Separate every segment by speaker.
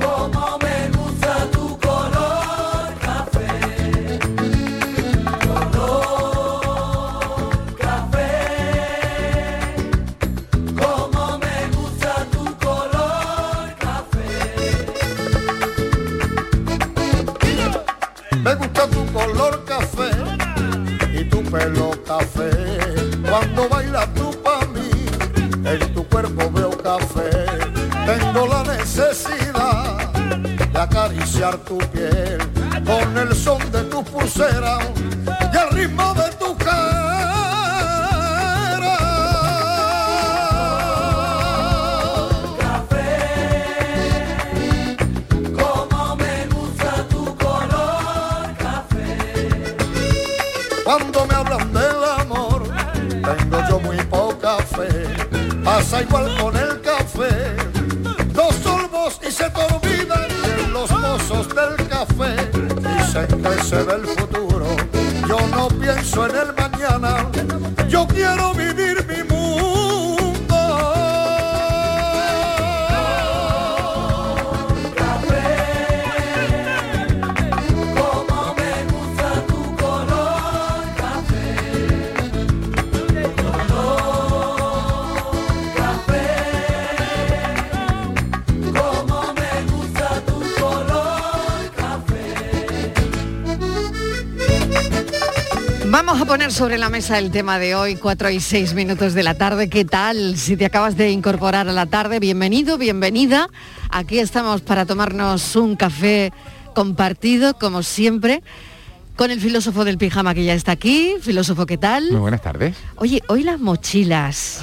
Speaker 1: Como me gusta tu color café, color café. Como me gusta tu color café.
Speaker 2: Me gusta tu color café y tu pelo café. Cuando bailas tú para mí, en tu cuerpo veo café. Tengo la necesidad de acariciar tu piel con el son de tu pulsera y el ritmo de tu
Speaker 1: Como me gusta tu color
Speaker 2: Cuando me hablan del amor, tengo yo muy poca fe. Pasa igual con el café. Dos sorbos y se te olvidan de los mozos del café. Dicen que se ve el futuro. Yo no pienso en el mañana. Yo quiero vivir mi mundo.
Speaker 1: Como me gusta tu color café, color café. Como me gusta tu color
Speaker 3: Vamos a poner sobre la mesa el tema de hoy, 4 y 6 minutos de la tarde. ¿Qué tal? Si te acabas de incorporar a la tarde, bienvenido, bienvenida. Aquí estamos para tomarnos un café compartido, como siempre, con el filósofo del pijama que ya está aquí. Filósofo, ¿qué tal?
Speaker 4: Muy buenas tardes.
Speaker 3: Oye, hoy las mochilas.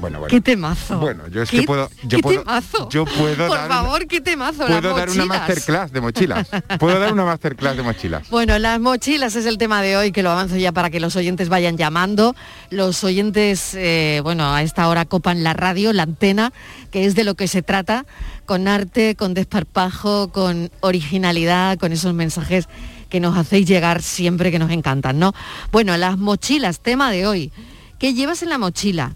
Speaker 4: Bueno, bueno.
Speaker 3: ¡Qué temazo!
Speaker 4: Bueno, yo es
Speaker 3: ¿Qué-
Speaker 4: que puedo. Yo
Speaker 3: qué
Speaker 4: puedo,
Speaker 3: temazo?
Speaker 4: Yo puedo
Speaker 3: Por
Speaker 4: dar,
Speaker 3: favor, qué temazo. las
Speaker 4: puedo dar una
Speaker 3: mochilas.
Speaker 4: masterclass de mochilas. Puedo dar una masterclass de mochilas.
Speaker 3: Bueno, las mochilas es el tema de hoy, que lo avanzo ya para que los oyentes vayan llamando. Los oyentes, eh, bueno, a esta hora copan la radio, la antena, que es de lo que se trata, con arte, con desparpajo, con originalidad, con esos mensajes que nos hacéis llegar siempre, que nos encantan, ¿no? Bueno, las mochilas, tema de hoy. ¿Qué llevas en la mochila?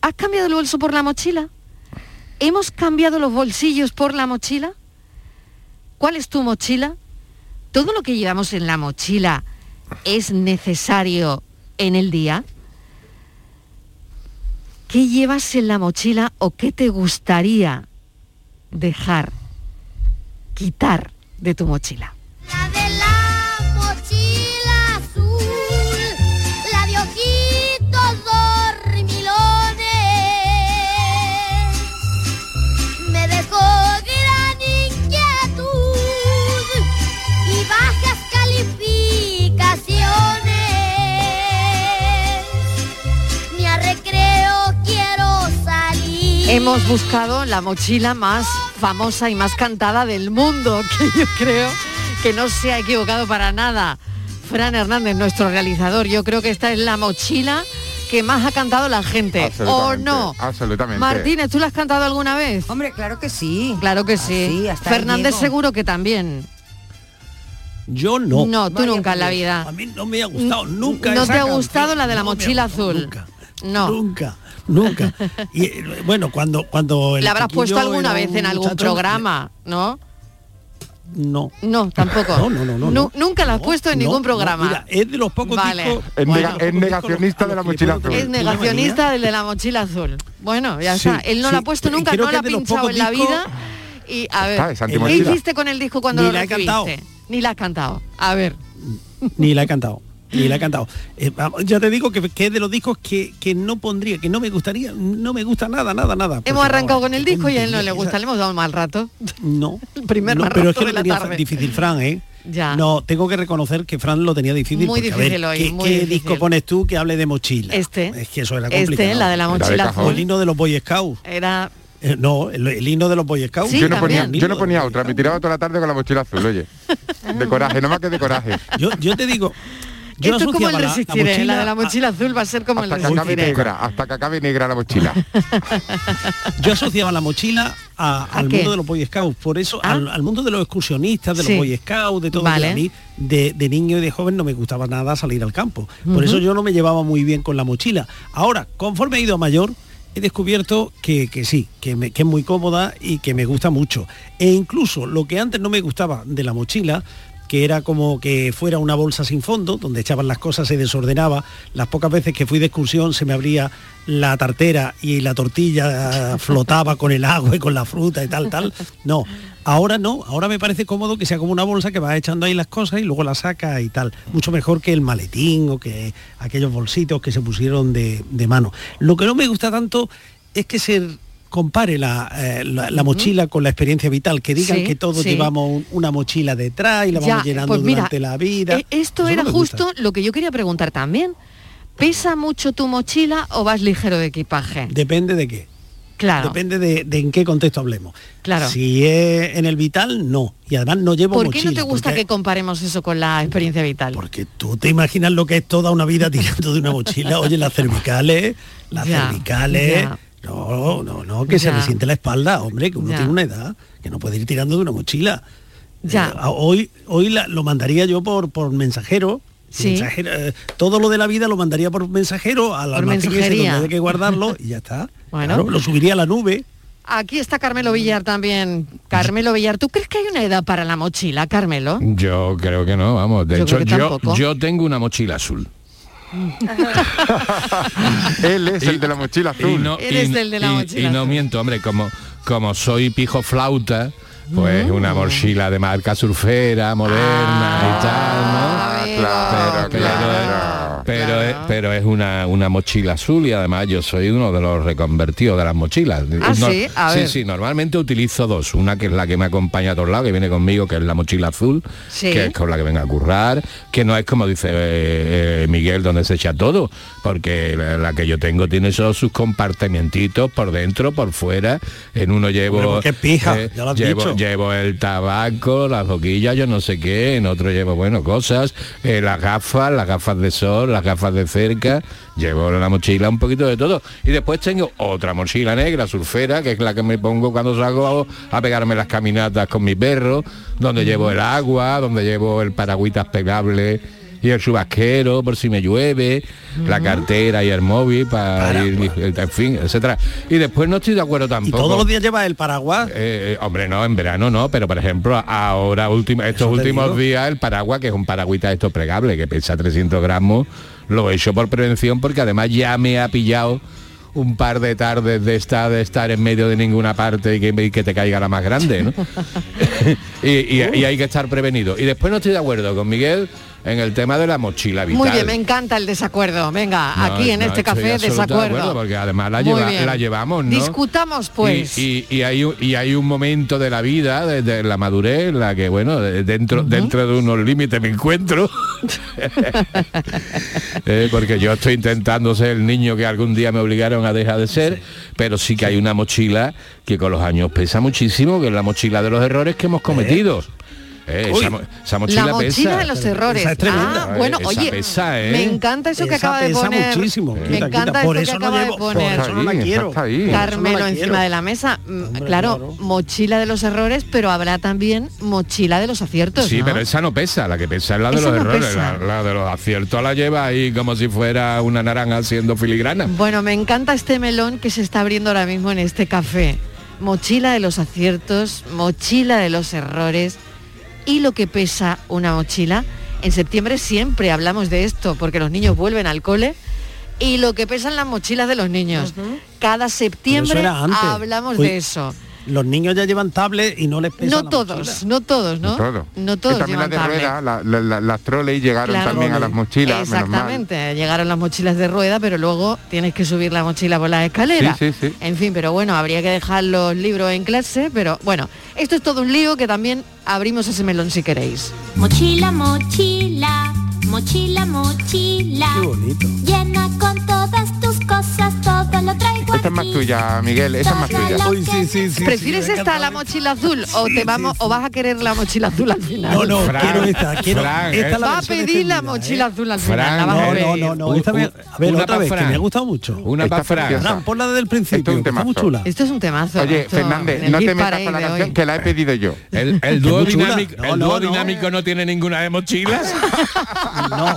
Speaker 3: ¿Has cambiado el bolso por la mochila? ¿Hemos cambiado los bolsillos por la mochila? ¿Cuál es tu mochila? ¿Todo lo que llevamos en la mochila es necesario en el día? ¿Qué llevas en la mochila o qué te gustaría dejar, quitar de tu mochila?
Speaker 5: mochila azul, la de ojitos dormilones. Me dejó gran inquietud y bajas calificaciones. Ni a recreo quiero salir.
Speaker 3: Hemos buscado la mochila más famosa y más cantada del mundo, que yo creo que no se ha equivocado para nada. Fran Hernández, nuestro realizador, yo creo que esta es la mochila que más ha cantado la gente, ¿o
Speaker 4: Absolutamente,
Speaker 3: no?
Speaker 4: Absolutamente.
Speaker 3: Martínez, ¿tú la has cantado alguna vez? Hombre, claro que sí. Claro que sí.
Speaker 6: hasta ahí
Speaker 3: Fernández
Speaker 6: llego.
Speaker 3: seguro que también.
Speaker 7: Yo no.
Speaker 3: No, tú nunca en la vida.
Speaker 7: A mí no me ha gustado nunca.
Speaker 3: ¿No
Speaker 7: esa
Speaker 3: te ha
Speaker 7: canción.
Speaker 3: gustado la de la
Speaker 7: No me ha
Speaker 3: mochila
Speaker 7: gustado
Speaker 3: azul?
Speaker 7: Nunca.
Speaker 3: No.
Speaker 7: Nunca. nunca. Y eh, bueno, cuando cuando el
Speaker 3: La habrás
Speaker 7: chiquillo
Speaker 3: puesto alguna
Speaker 7: era
Speaker 3: vez
Speaker 7: un
Speaker 3: en algún
Speaker 7: muchacho,
Speaker 3: programa, ¿no?
Speaker 7: No.
Speaker 3: No, tampoco.
Speaker 7: No, no, no, no,
Speaker 3: Nu-
Speaker 7: no.
Speaker 3: Nunca la has puesto en
Speaker 7: No,
Speaker 3: ningún
Speaker 7: no,
Speaker 3: programa.
Speaker 7: mira, es de los pocos
Speaker 3: Vale.
Speaker 7: discos-
Speaker 4: Es,
Speaker 7: bueno,
Speaker 4: nega- es negacionista de la mochila azul.
Speaker 3: Es negacionista del de la mochila azul. Bueno, ya
Speaker 4: Sí,
Speaker 3: está. Él no la ha
Speaker 4: sí.
Speaker 3: puesto
Speaker 4: Creo
Speaker 3: nunca,
Speaker 4: que
Speaker 3: no la ha
Speaker 4: es de los
Speaker 3: pinchado
Speaker 4: pocos
Speaker 3: en la
Speaker 4: discos-
Speaker 3: vida. Y a ver,
Speaker 4: está, es
Speaker 3: ¿qué
Speaker 7: antimochila.
Speaker 3: hiciste con el disco cuando
Speaker 7: Ni
Speaker 3: lo
Speaker 7: la he cantado.
Speaker 3: recibiste? Ni la has cantado. A ver,
Speaker 7: Ni la he cantado. Ni la he cantado. Eh, vamos, ya te digo que, que es de los discos que, que no pondría, que no me gustaría, no me gusta nada, nada, nada. Porque,
Speaker 3: hemos arrancado con el disco y a él no
Speaker 7: tontería,
Speaker 3: le gusta,
Speaker 7: esa-
Speaker 3: le hemos dado un mal rato.
Speaker 7: No.
Speaker 3: El primer
Speaker 7: no,
Speaker 3: mal
Speaker 7: pero es
Speaker 3: rato
Speaker 7: que
Speaker 3: de
Speaker 7: lo
Speaker 3: la
Speaker 7: tenía
Speaker 3: tarde.
Speaker 7: difícil Fran, ¿eh?
Speaker 3: Ya.
Speaker 7: No, tengo que reconocer que Fran lo tenía difícil.
Speaker 3: Muy
Speaker 7: porque, a
Speaker 3: difícil
Speaker 7: ver,
Speaker 3: hoy,
Speaker 7: ¿qué,
Speaker 3: muy
Speaker 7: qué
Speaker 3: difícil.
Speaker 7: disco pones tú que hable de mochila?
Speaker 3: Este.
Speaker 7: Es que eso era
Speaker 3: Este,
Speaker 7: complicado.
Speaker 3: la de la
Speaker 4: de mochila cajón. azul.
Speaker 7: El himno de los Boy Scouts.
Speaker 3: Era
Speaker 7: Eh, no, el, el himno de los Boy Scouts.
Speaker 3: Sí,
Speaker 4: yo no ponía,
Speaker 3: también.
Speaker 4: yo no ponía otra, me tiraba toda la tarde con la mochila azul, oye. De coraje, no más que de coraje.
Speaker 7: Yo, yo te digo, Yo
Speaker 3: Esto es como el
Speaker 7: asociaba la- la
Speaker 3: resistiré, la,
Speaker 7: mochila Ah.
Speaker 3: de la mochila azul va a ser como el
Speaker 4: Hasta que acabe
Speaker 3: resistiré.
Speaker 4: negra, hasta que acabe negra la mochila.
Speaker 7: Yo asociaba la mochila a- al
Speaker 3: qué? Ah.
Speaker 7: mundo de los Boy Scouts, por eso al, al mundo de los excursionistas, de
Speaker 3: Sí.
Speaker 7: los Boy Scouts, de todo.
Speaker 3: Vale.
Speaker 7: Y a mí, de, de niño y de joven no me gustaba nada salir al campo. Por
Speaker 3: Ujú.
Speaker 7: eso yo no me llevaba muy bien con la mochila. Ahora, conforme he ido a mayor, he descubierto que, que sí, que, me- que es muy cómoda y que me gusta mucho. E incluso lo que antes no me gustaba de la mochila que era como que fuera una bolsa sin fondo, donde echaban las cosas, se desordenaba. Las pocas veces que fui de excursión se me abría la tartera y la tortilla flotaba con el agua y con la fruta y tal, tal. No, ahora no, ahora me parece cómodo que sea como una bolsa que vas echando ahí las cosas y luego las saca y tal. Mucho mejor que el maletín o que aquellos bolsitos que se pusieron de, de mano. Lo que no me gusta tanto es que se compare la, eh, la- la mochila con la experiencia vital, que digan
Speaker 3: Sí,
Speaker 7: que todos
Speaker 3: sí.
Speaker 7: llevamos un- una mochila detrás y la
Speaker 3: Ya,
Speaker 7: vamos llenando
Speaker 3: pues mira,
Speaker 7: durante la vida.
Speaker 3: eh, Esto
Speaker 7: Eso no
Speaker 3: era
Speaker 7: me gusta.
Speaker 3: justo lo que yo quería preguntar también. ¿Pesa mucho tu mochila o vas ligero de equipaje?
Speaker 7: Depende de qué.
Speaker 3: Claro.
Speaker 7: Depende de, de en qué contexto hablemos.
Speaker 3: Claro.
Speaker 7: Si es en el vital, no. Y además no llevo
Speaker 3: ¿Por
Speaker 7: mochila.
Speaker 3: qué no te gusta
Speaker 7: porque
Speaker 3: que comparemos eso con la experiencia vital?
Speaker 7: Tú te imaginas lo que es toda una vida tirando de una mochila. Oye, las cervicales, las
Speaker 3: Ya,
Speaker 7: cervicales.
Speaker 3: ya.
Speaker 7: No, no, no, que se
Speaker 3: Ya.
Speaker 7: le siente la espalda, hombre, que uno
Speaker 3: Ya.
Speaker 7: tiene una edad, que no puede ir tirando de una mochila.
Speaker 3: Ya.
Speaker 7: Eh, a- hoy hoy la- lo mandaría yo por, por mensajero.
Speaker 3: Sí.
Speaker 7: Mensajero, eh, todo lo de la vida lo mandaría por mensajero al
Speaker 3: Por
Speaker 7: almacén ese donde
Speaker 3: mensajería.
Speaker 7: hay que guardarlo y ya está.
Speaker 3: Bueno.
Speaker 7: Claro, lo subiría a la nube.
Speaker 3: Aquí está Carmelo Villar también. Carmelo Villar, ¿tú crees que hay una edad para la mochila, Carmelo?
Speaker 6: Yo creo que no, vamos. De
Speaker 3: Yo
Speaker 6: hecho,
Speaker 3: creo que
Speaker 6: yo,
Speaker 3: tampoco.
Speaker 6: yo tengo una mochila azul.
Speaker 4: Él es el de la mochila
Speaker 6: Y
Speaker 4: azul.
Speaker 6: no,
Speaker 3: Eres
Speaker 6: y-
Speaker 3: el de la
Speaker 6: y-
Speaker 3: mochila
Speaker 6: y no
Speaker 3: azul.
Speaker 6: miento, hombre, como, como soy pijo flauta, pues
Speaker 3: Mm.
Speaker 6: una mochila de marca surfera, moderna y tal, ¿no?
Speaker 4: Ah, claro,
Speaker 6: Pero,
Speaker 4: claro.
Speaker 6: pero es, pero es una, una mochila azul y además yo soy uno de los reconvertidos de las mochilas.
Speaker 3: Ah, sí, a ver.
Speaker 6: sí, normalmente utilizo dos. Una que es la que me acompaña a todos lados, que viene conmigo, que es la mochila azul,
Speaker 3: Sí.
Speaker 6: que es con la que vengo a currar, que no es como dice eh, eh, Miguel, donde se echa todo, porque la, la que yo tengo tiene esos sus compartimientitos por dentro, por fuera. En uno llevo... eh,
Speaker 7: Hombre, pues qué pija, ya lo has
Speaker 6: llevo,
Speaker 7: dicho.
Speaker 6: llevo el tabaco, las boquillas, yo no sé qué, en otro llevo, bueno, cosas, eh, las gafas, las gafas de sol, las gafas de cerca, llevo en la mochila un poquito de todo. Y después tengo otra mochila negra, surfera, que es la que me pongo cuando salgo a, a pegarme las caminatas con mi perro, donde llevo el agua, donde llevo el paragüitas pegable. Y el chubasquero por si me llueve, la cartera y el móvil para,
Speaker 7: Para,
Speaker 6: ir, en fin, etcétera. Y después no estoy de acuerdo
Speaker 7: Y
Speaker 6: tampoco.
Speaker 7: todos los días lleva el paraguas.
Speaker 6: Eh, eh, hombre, no, en verano no, pero por ejemplo, ahora última, estos
Speaker 7: Eso te
Speaker 6: últimos
Speaker 7: digo.
Speaker 6: días el paraguas, que es un paraguita de estos plegable, que pesa 300 gramos, lo he hecho por prevención porque además ya me ha pillado un par de tardes de estar, de estar en medio de ninguna parte y que, y que te caiga la más grande, ¿no? y, y- y hay que estar prevenido. Y después no estoy de acuerdo con Miguel en el tema de la mochila vital.
Speaker 3: Muy bien, me encanta el desacuerdo. Venga,
Speaker 6: No,
Speaker 3: aquí en
Speaker 6: no,
Speaker 3: este
Speaker 6: estoy
Speaker 3: café
Speaker 6: absolutamente de
Speaker 3: desacuerdo.
Speaker 6: acuerdo, porque además la,
Speaker 3: Muy
Speaker 6: lleva-
Speaker 3: bien.
Speaker 6: la llevamos, ¿no?
Speaker 3: Discutamos pues.
Speaker 6: Y, y- y hay, un- y hay un momento de la vida, de, de la madurez, en la que, bueno, de- dentro, dentro de unos límites me encuentro. Eh, porque yo estoy intentando ser el niño que algún día me obligaron a dejar de ser, pero sí que hay una mochila que con los años pesa muchísimo, que es la mochila de los errores que hemos cometido. Eh,
Speaker 7: Uy.
Speaker 6: esa, mo- esa mochila
Speaker 3: la mochila
Speaker 6: pesa.
Speaker 3: de los errores.
Speaker 7: Esa es tremenda.
Speaker 3: ah, bueno,
Speaker 6: Esa
Speaker 3: oye,
Speaker 6: pesa, ¿eh?
Speaker 3: me encanta eso que
Speaker 7: Esa
Speaker 3: acaba de
Speaker 7: pesa
Speaker 3: poner.
Speaker 7: muchísimo.
Speaker 3: Me
Speaker 7: Quita, quita.
Speaker 3: encanta
Speaker 7: Por
Speaker 3: eso,
Speaker 7: eso
Speaker 3: que
Speaker 7: no
Speaker 3: acaba de
Speaker 7: llevo- por
Speaker 3: poner.
Speaker 7: eso no la
Speaker 4: Ahí, está
Speaker 7: quiero.
Speaker 4: ahí.
Speaker 7: Por eso no la
Speaker 3: Carmelo
Speaker 7: quiero.
Speaker 3: encima de la mesa. Mm,
Speaker 7: Hombre,
Speaker 3: claro,
Speaker 7: claro.
Speaker 3: mochila de los errores, pero habrá también mochila de los aciertos.
Speaker 6: Sí,
Speaker 3: ¿no?
Speaker 6: pero esa no pesa, la que pesa es la de
Speaker 3: Esa
Speaker 6: los
Speaker 3: no
Speaker 6: errores,
Speaker 3: pesa.
Speaker 6: la, la de los aciertos la lleva ahí como si fuera una naranja siendo filigrana.
Speaker 8: Mm.
Speaker 3: Bueno, me encanta este melón que se está abriendo ahora mismo en este café. Mochila de los aciertos, mochila de los errores y lo que pesa una mochila. En septiembre siempre hablamos de esto porque los niños vuelven al cole y lo que pesan las mochilas de los niños. Cada septiembre
Speaker 7: era antes.
Speaker 3: hablamos
Speaker 7: Uy,
Speaker 3: de eso.
Speaker 7: Los niños ya llevan tablet y no les pesa
Speaker 3: No
Speaker 7: la
Speaker 3: todos,
Speaker 7: mochila.
Speaker 3: no todos, ¿no?
Speaker 4: No todo.
Speaker 3: No todos
Speaker 4: y también las
Speaker 3: llevan
Speaker 4: de
Speaker 3: tablet.
Speaker 4: rueda, la- la- la- las trolley llegaron
Speaker 3: Claro.
Speaker 4: también a las mochilas, menos mal.
Speaker 3: Exactamente, llegaron las mochilas de rueda, pero luego tienes que subir la mochila por las escaleras.
Speaker 4: Sí, sí, sí.
Speaker 3: En fin, pero bueno, habría que dejar los libros en clase, pero bueno, esto es todo un lío que también abrimos ese melón si queréis.
Speaker 5: Mochila, mochila, mochila, mochila.
Speaker 7: Qué bonito.
Speaker 5: Llena con todas tus cosas todo Esto lo traigo
Speaker 4: Esta es más
Speaker 5: aquí.
Speaker 4: tuya, Miguel, esa es más tuya.
Speaker 7: Uy, sí, sí, sí.
Speaker 3: ¿Prefieres esta a la mochila azul o te vamos o vas a querer la mochila azul al final?
Speaker 7: No, no,
Speaker 6: Fran,
Speaker 7: quiero esta, quiero
Speaker 6: Fran,
Speaker 7: esta
Speaker 6: eh.
Speaker 7: la
Speaker 3: Va a
Speaker 7: versión
Speaker 3: pedir la
Speaker 7: extendida, ¿eh?
Speaker 3: mochila azul al final,
Speaker 6: Fran,
Speaker 3: la vas a
Speaker 6: no,
Speaker 3: pedir.
Speaker 7: No, no, no, esta
Speaker 6: Un-
Speaker 7: vez, a ver,
Speaker 6: una
Speaker 7: otra
Speaker 6: pa'
Speaker 7: vez, que
Speaker 6: Fran.
Speaker 7: me ha gustado mucho.
Speaker 6: Una
Speaker 4: Está
Speaker 6: pa' Fran.
Speaker 4: preciosa.
Speaker 7: Fran, ponla desde el principio,
Speaker 4: Esto es un
Speaker 7: que está muy
Speaker 4: temazo.
Speaker 7: chula.
Speaker 3: Esto es un temazo.
Speaker 4: Oye,
Speaker 3: esto, en
Speaker 4: Fernández,
Speaker 3: el
Speaker 4: no te
Speaker 3: hit
Speaker 4: metas
Speaker 3: parade
Speaker 4: con la
Speaker 3: de hoy.
Speaker 4: canción que la he pedido yo.
Speaker 6: El, el
Speaker 7: muy
Speaker 6: dúo
Speaker 7: chula.
Speaker 6: dinámico,
Speaker 7: No,
Speaker 6: el
Speaker 7: no,
Speaker 6: dúo
Speaker 7: no.
Speaker 6: dinámico no tiene ninguna de mochilas.
Speaker 7: No,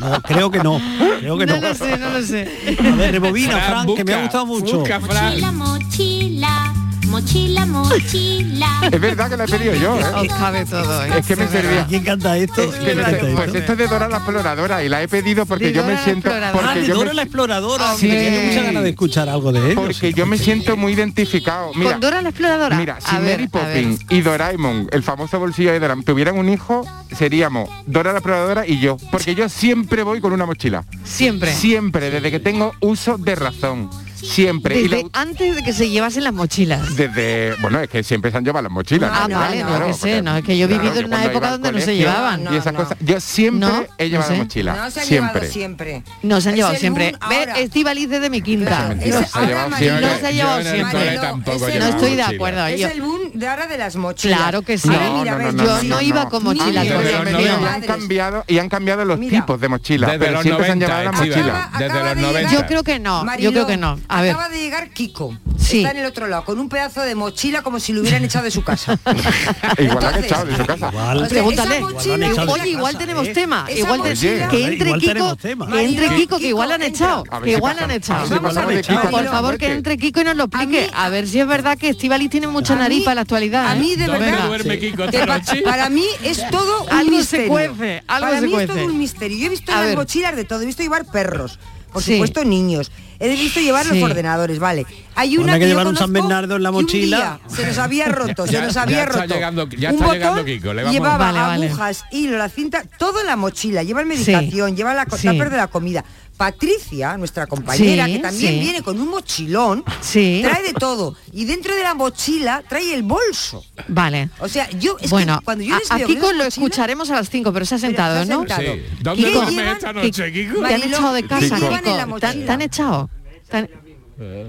Speaker 7: no, creo que no. Creo que
Speaker 3: No
Speaker 7: no.
Speaker 3: lo sé, no lo sé.
Speaker 7: A ver, rebobina, Fran, que me ha
Speaker 6: busca,
Speaker 7: gustado mucho.
Speaker 6: busca, Fran.
Speaker 5: Mochila, mochila, mochila, mochila.
Speaker 4: Es verdad que la he pedido yo, ¿eh?
Speaker 3: Os cabe todo. ¿eh?
Speaker 4: Es que me
Speaker 3: De verdad.
Speaker 4: servía.
Speaker 7: ¿Quién canta esto?
Speaker 4: Es que
Speaker 7: ¿Quién
Speaker 4: no
Speaker 7: canta
Speaker 4: sé,
Speaker 7: esto?
Speaker 4: pues esto es de Dora la exploradora y la he pedido porque
Speaker 3: De
Speaker 4: yo me
Speaker 3: Dora la
Speaker 4: siento
Speaker 3: Exploradora.
Speaker 7: Ah,
Speaker 4: porque
Speaker 7: de
Speaker 4: yo
Speaker 7: Dora la
Speaker 4: me,
Speaker 7: exploradora.
Speaker 3: Hombre.
Speaker 7: Me tenía mucha ganas de escuchar algo de ellos.
Speaker 4: porque yo me siento muy identificado. Mira,
Speaker 3: Con Dora la exploradora.
Speaker 4: Mira, si
Speaker 3: A ver,
Speaker 4: Mary
Speaker 3: a ver.
Speaker 4: Poppins y Doraemon, el famoso bolsillo de Doraemon, tuvieran un hijo, seríamos Dora la Exploradora y yo. Porque yo siempre voy con una mochila.
Speaker 3: Siempre.
Speaker 4: Siempre, desde que tengo uso de razón. Siempre. Y la-
Speaker 3: Desde antes de que se llevasen las mochilas.
Speaker 4: desde bueno es que siempre se han llevado las mochilas
Speaker 3: Ah,
Speaker 4: ¿no?
Speaker 3: vale,
Speaker 4: Claro,
Speaker 3: no, que sé,
Speaker 4: porque-
Speaker 3: no, es que yo he vivido en una
Speaker 4: cuando
Speaker 3: época
Speaker 4: iba al
Speaker 3: donde no se
Speaker 4: colegio
Speaker 3: llevaban.
Speaker 4: y esas
Speaker 8: No, no.
Speaker 4: cosas yo siempre
Speaker 3: No,
Speaker 4: he llevado
Speaker 3: no sé.
Speaker 4: mochila
Speaker 8: No se han
Speaker 4: siempre
Speaker 8: llevado siempre.
Speaker 3: Nos han
Speaker 8: Es
Speaker 3: llevado
Speaker 8: el
Speaker 3: siempre.
Speaker 8: boom
Speaker 3: Ve,
Speaker 8: ahora.
Speaker 3: Estivaliz desde mi quinta.
Speaker 8: Claro,
Speaker 4: No
Speaker 8: es
Speaker 4: se ha llevado
Speaker 8: ahora
Speaker 4: siempre.
Speaker 8: Mariló,
Speaker 3: No se ha llevado
Speaker 6: Yo en el
Speaker 3: siempre.
Speaker 6: cole
Speaker 8: Mariló,
Speaker 6: tampoco
Speaker 8: es el-
Speaker 3: No
Speaker 6: llevaba
Speaker 3: estoy de
Speaker 6: mochila.
Speaker 3: acuerdo.
Speaker 8: Es
Speaker 3: yo-
Speaker 8: el boom de ahora de las mochilas.
Speaker 3: Claro que sí.
Speaker 8: Ahora,
Speaker 3: No,
Speaker 8: Pues mira,
Speaker 4: no,
Speaker 8: ves,
Speaker 4: no, no,
Speaker 3: yo no iba con mochila
Speaker 4: Y
Speaker 3: al
Speaker 8: Mira,
Speaker 3: colegio,
Speaker 4: desde
Speaker 3: me
Speaker 4: los
Speaker 3: niego.
Speaker 4: 90 han
Speaker 8: madres.
Speaker 4: cambiado y han cambiado los
Speaker 8: Mira.
Speaker 4: tipos de mochilas
Speaker 6: Desde
Speaker 4: pero
Speaker 6: los
Speaker 4: siempre se han
Speaker 6: 90,
Speaker 4: llevado las
Speaker 6: eh, chica.
Speaker 4: mochilas
Speaker 8: Acaba-
Speaker 6: Desde
Speaker 8: acaba
Speaker 6: los
Speaker 8: de llegar-
Speaker 6: 90.
Speaker 3: Yo creo que no, yo creo que no. A ver.
Speaker 8: Acaba de llegar Kiko.
Speaker 3: Sí.
Speaker 8: Está en el otro lado, con un pedazo de mochila como si lo hubieran echado de su casa.
Speaker 4: igual la han
Speaker 8: Entonces,
Speaker 4: echado de su casa
Speaker 7: Igual.
Speaker 8: sea,
Speaker 3: Pregúntale.
Speaker 8: esa mochila-
Speaker 3: Oye,
Speaker 8: esa
Speaker 3: igual
Speaker 7: casa,
Speaker 3: tenemos
Speaker 7: ¿eh?
Speaker 3: tema.
Speaker 8: Esa
Speaker 3: Igual te-
Speaker 4: mochila-
Speaker 3: que entre
Speaker 7: Igual
Speaker 3: Kiko,
Speaker 7: tenemos tema.
Speaker 3: que entre
Speaker 8: Marilo,
Speaker 3: Kiko, que igual
Speaker 8: Kiko,
Speaker 3: han echado.
Speaker 8: entra.
Speaker 4: A ver
Speaker 3: Que
Speaker 4: si
Speaker 3: igual
Speaker 4: pasa.
Speaker 3: han
Speaker 4: A
Speaker 3: echado.
Speaker 4: ver si
Speaker 8: Vamos
Speaker 4: pasa
Speaker 8: a
Speaker 4: de
Speaker 8: ver,
Speaker 4: Kiko.
Speaker 8: chaval.
Speaker 3: Por
Speaker 8: Marilo,
Speaker 3: favor, que entre Kiko y nos lo explique.
Speaker 8: mí-
Speaker 3: A ver si es verdad que Estivali tiene mucha
Speaker 8: A mí-
Speaker 3: nariz para la actualidad.
Speaker 8: A
Speaker 3: ¿eh?
Speaker 8: mí de
Speaker 6: ¿Dónde
Speaker 8: verdad.
Speaker 6: duerme Kiko
Speaker 8: que
Speaker 6: esta
Speaker 8: pa-
Speaker 6: noche?
Speaker 8: para mí es todo un
Speaker 3: Algo se
Speaker 8: misterio.
Speaker 3: cuece, algo
Speaker 8: para
Speaker 3: se
Speaker 8: mí es
Speaker 3: cuece.
Speaker 8: todo un misterio. Yo he visto
Speaker 3: A
Speaker 8: las
Speaker 3: ver.
Speaker 8: mochilas de todo, he visto llevar perros, por
Speaker 3: Sí.
Speaker 8: supuesto niños. He visto llevar
Speaker 3: Sí.
Speaker 8: los ordenadores, vale. Hay
Speaker 7: Bueno,
Speaker 8: una
Speaker 7: Pues hay que
Speaker 8: yo
Speaker 7: llevar un San
Speaker 8: conozco
Speaker 7: Bernardo en la
Speaker 8: que un
Speaker 7: mochila.
Speaker 8: día se nos había roto, se
Speaker 6: Ya-
Speaker 8: nos
Speaker 6: ya
Speaker 8: había
Speaker 6: está
Speaker 8: roto.
Speaker 6: llegando- ya
Speaker 8: un
Speaker 6: está llegando
Speaker 8: botón,
Speaker 6: Kiko, le vamos-
Speaker 8: llevaba
Speaker 3: Vale, vale.
Speaker 8: agujas, hilo, la cinta, todo en la mochila. Lleva el medicación, lleva la co-
Speaker 3: Sí.
Speaker 8: tupper de la comida. Patricia, nuestra compañera,
Speaker 3: Sí,
Speaker 8: que también
Speaker 3: sí.
Speaker 8: viene con un mochilón,
Speaker 3: Sí.
Speaker 8: trae de todo. Y dentro de la mochila trae el bolso.
Speaker 3: Vale.
Speaker 8: O sea, yo es
Speaker 3: bueno,
Speaker 8: que cuando yo
Speaker 3: a-
Speaker 8: les
Speaker 3: a,
Speaker 8: veo que
Speaker 3: Kiko
Speaker 8: llevan
Speaker 3: lo
Speaker 8: mochila,
Speaker 3: escucharemos a las 5, pero se ha
Speaker 8: pero
Speaker 3: sentado,
Speaker 8: se ha
Speaker 3: ¿no?
Speaker 8: sentado.
Speaker 6: Sí. ¿Dónde
Speaker 8: ¿Qué
Speaker 6: duerme
Speaker 8: llevan?
Speaker 6: esta noche, Kiko?
Speaker 3: Te han
Speaker 8: Mariló,
Speaker 3: echado de
Speaker 8: ¿qué
Speaker 3: casa,
Speaker 8: llevan en la
Speaker 3: Kiko. ¿Te, han- te han
Speaker 8: mochila?
Speaker 3: echado? ¿Te han-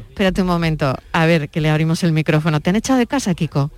Speaker 3: Espérate un momento. A ver, que le abrimos el micrófono. ¿Te han echado de casa, Kiko?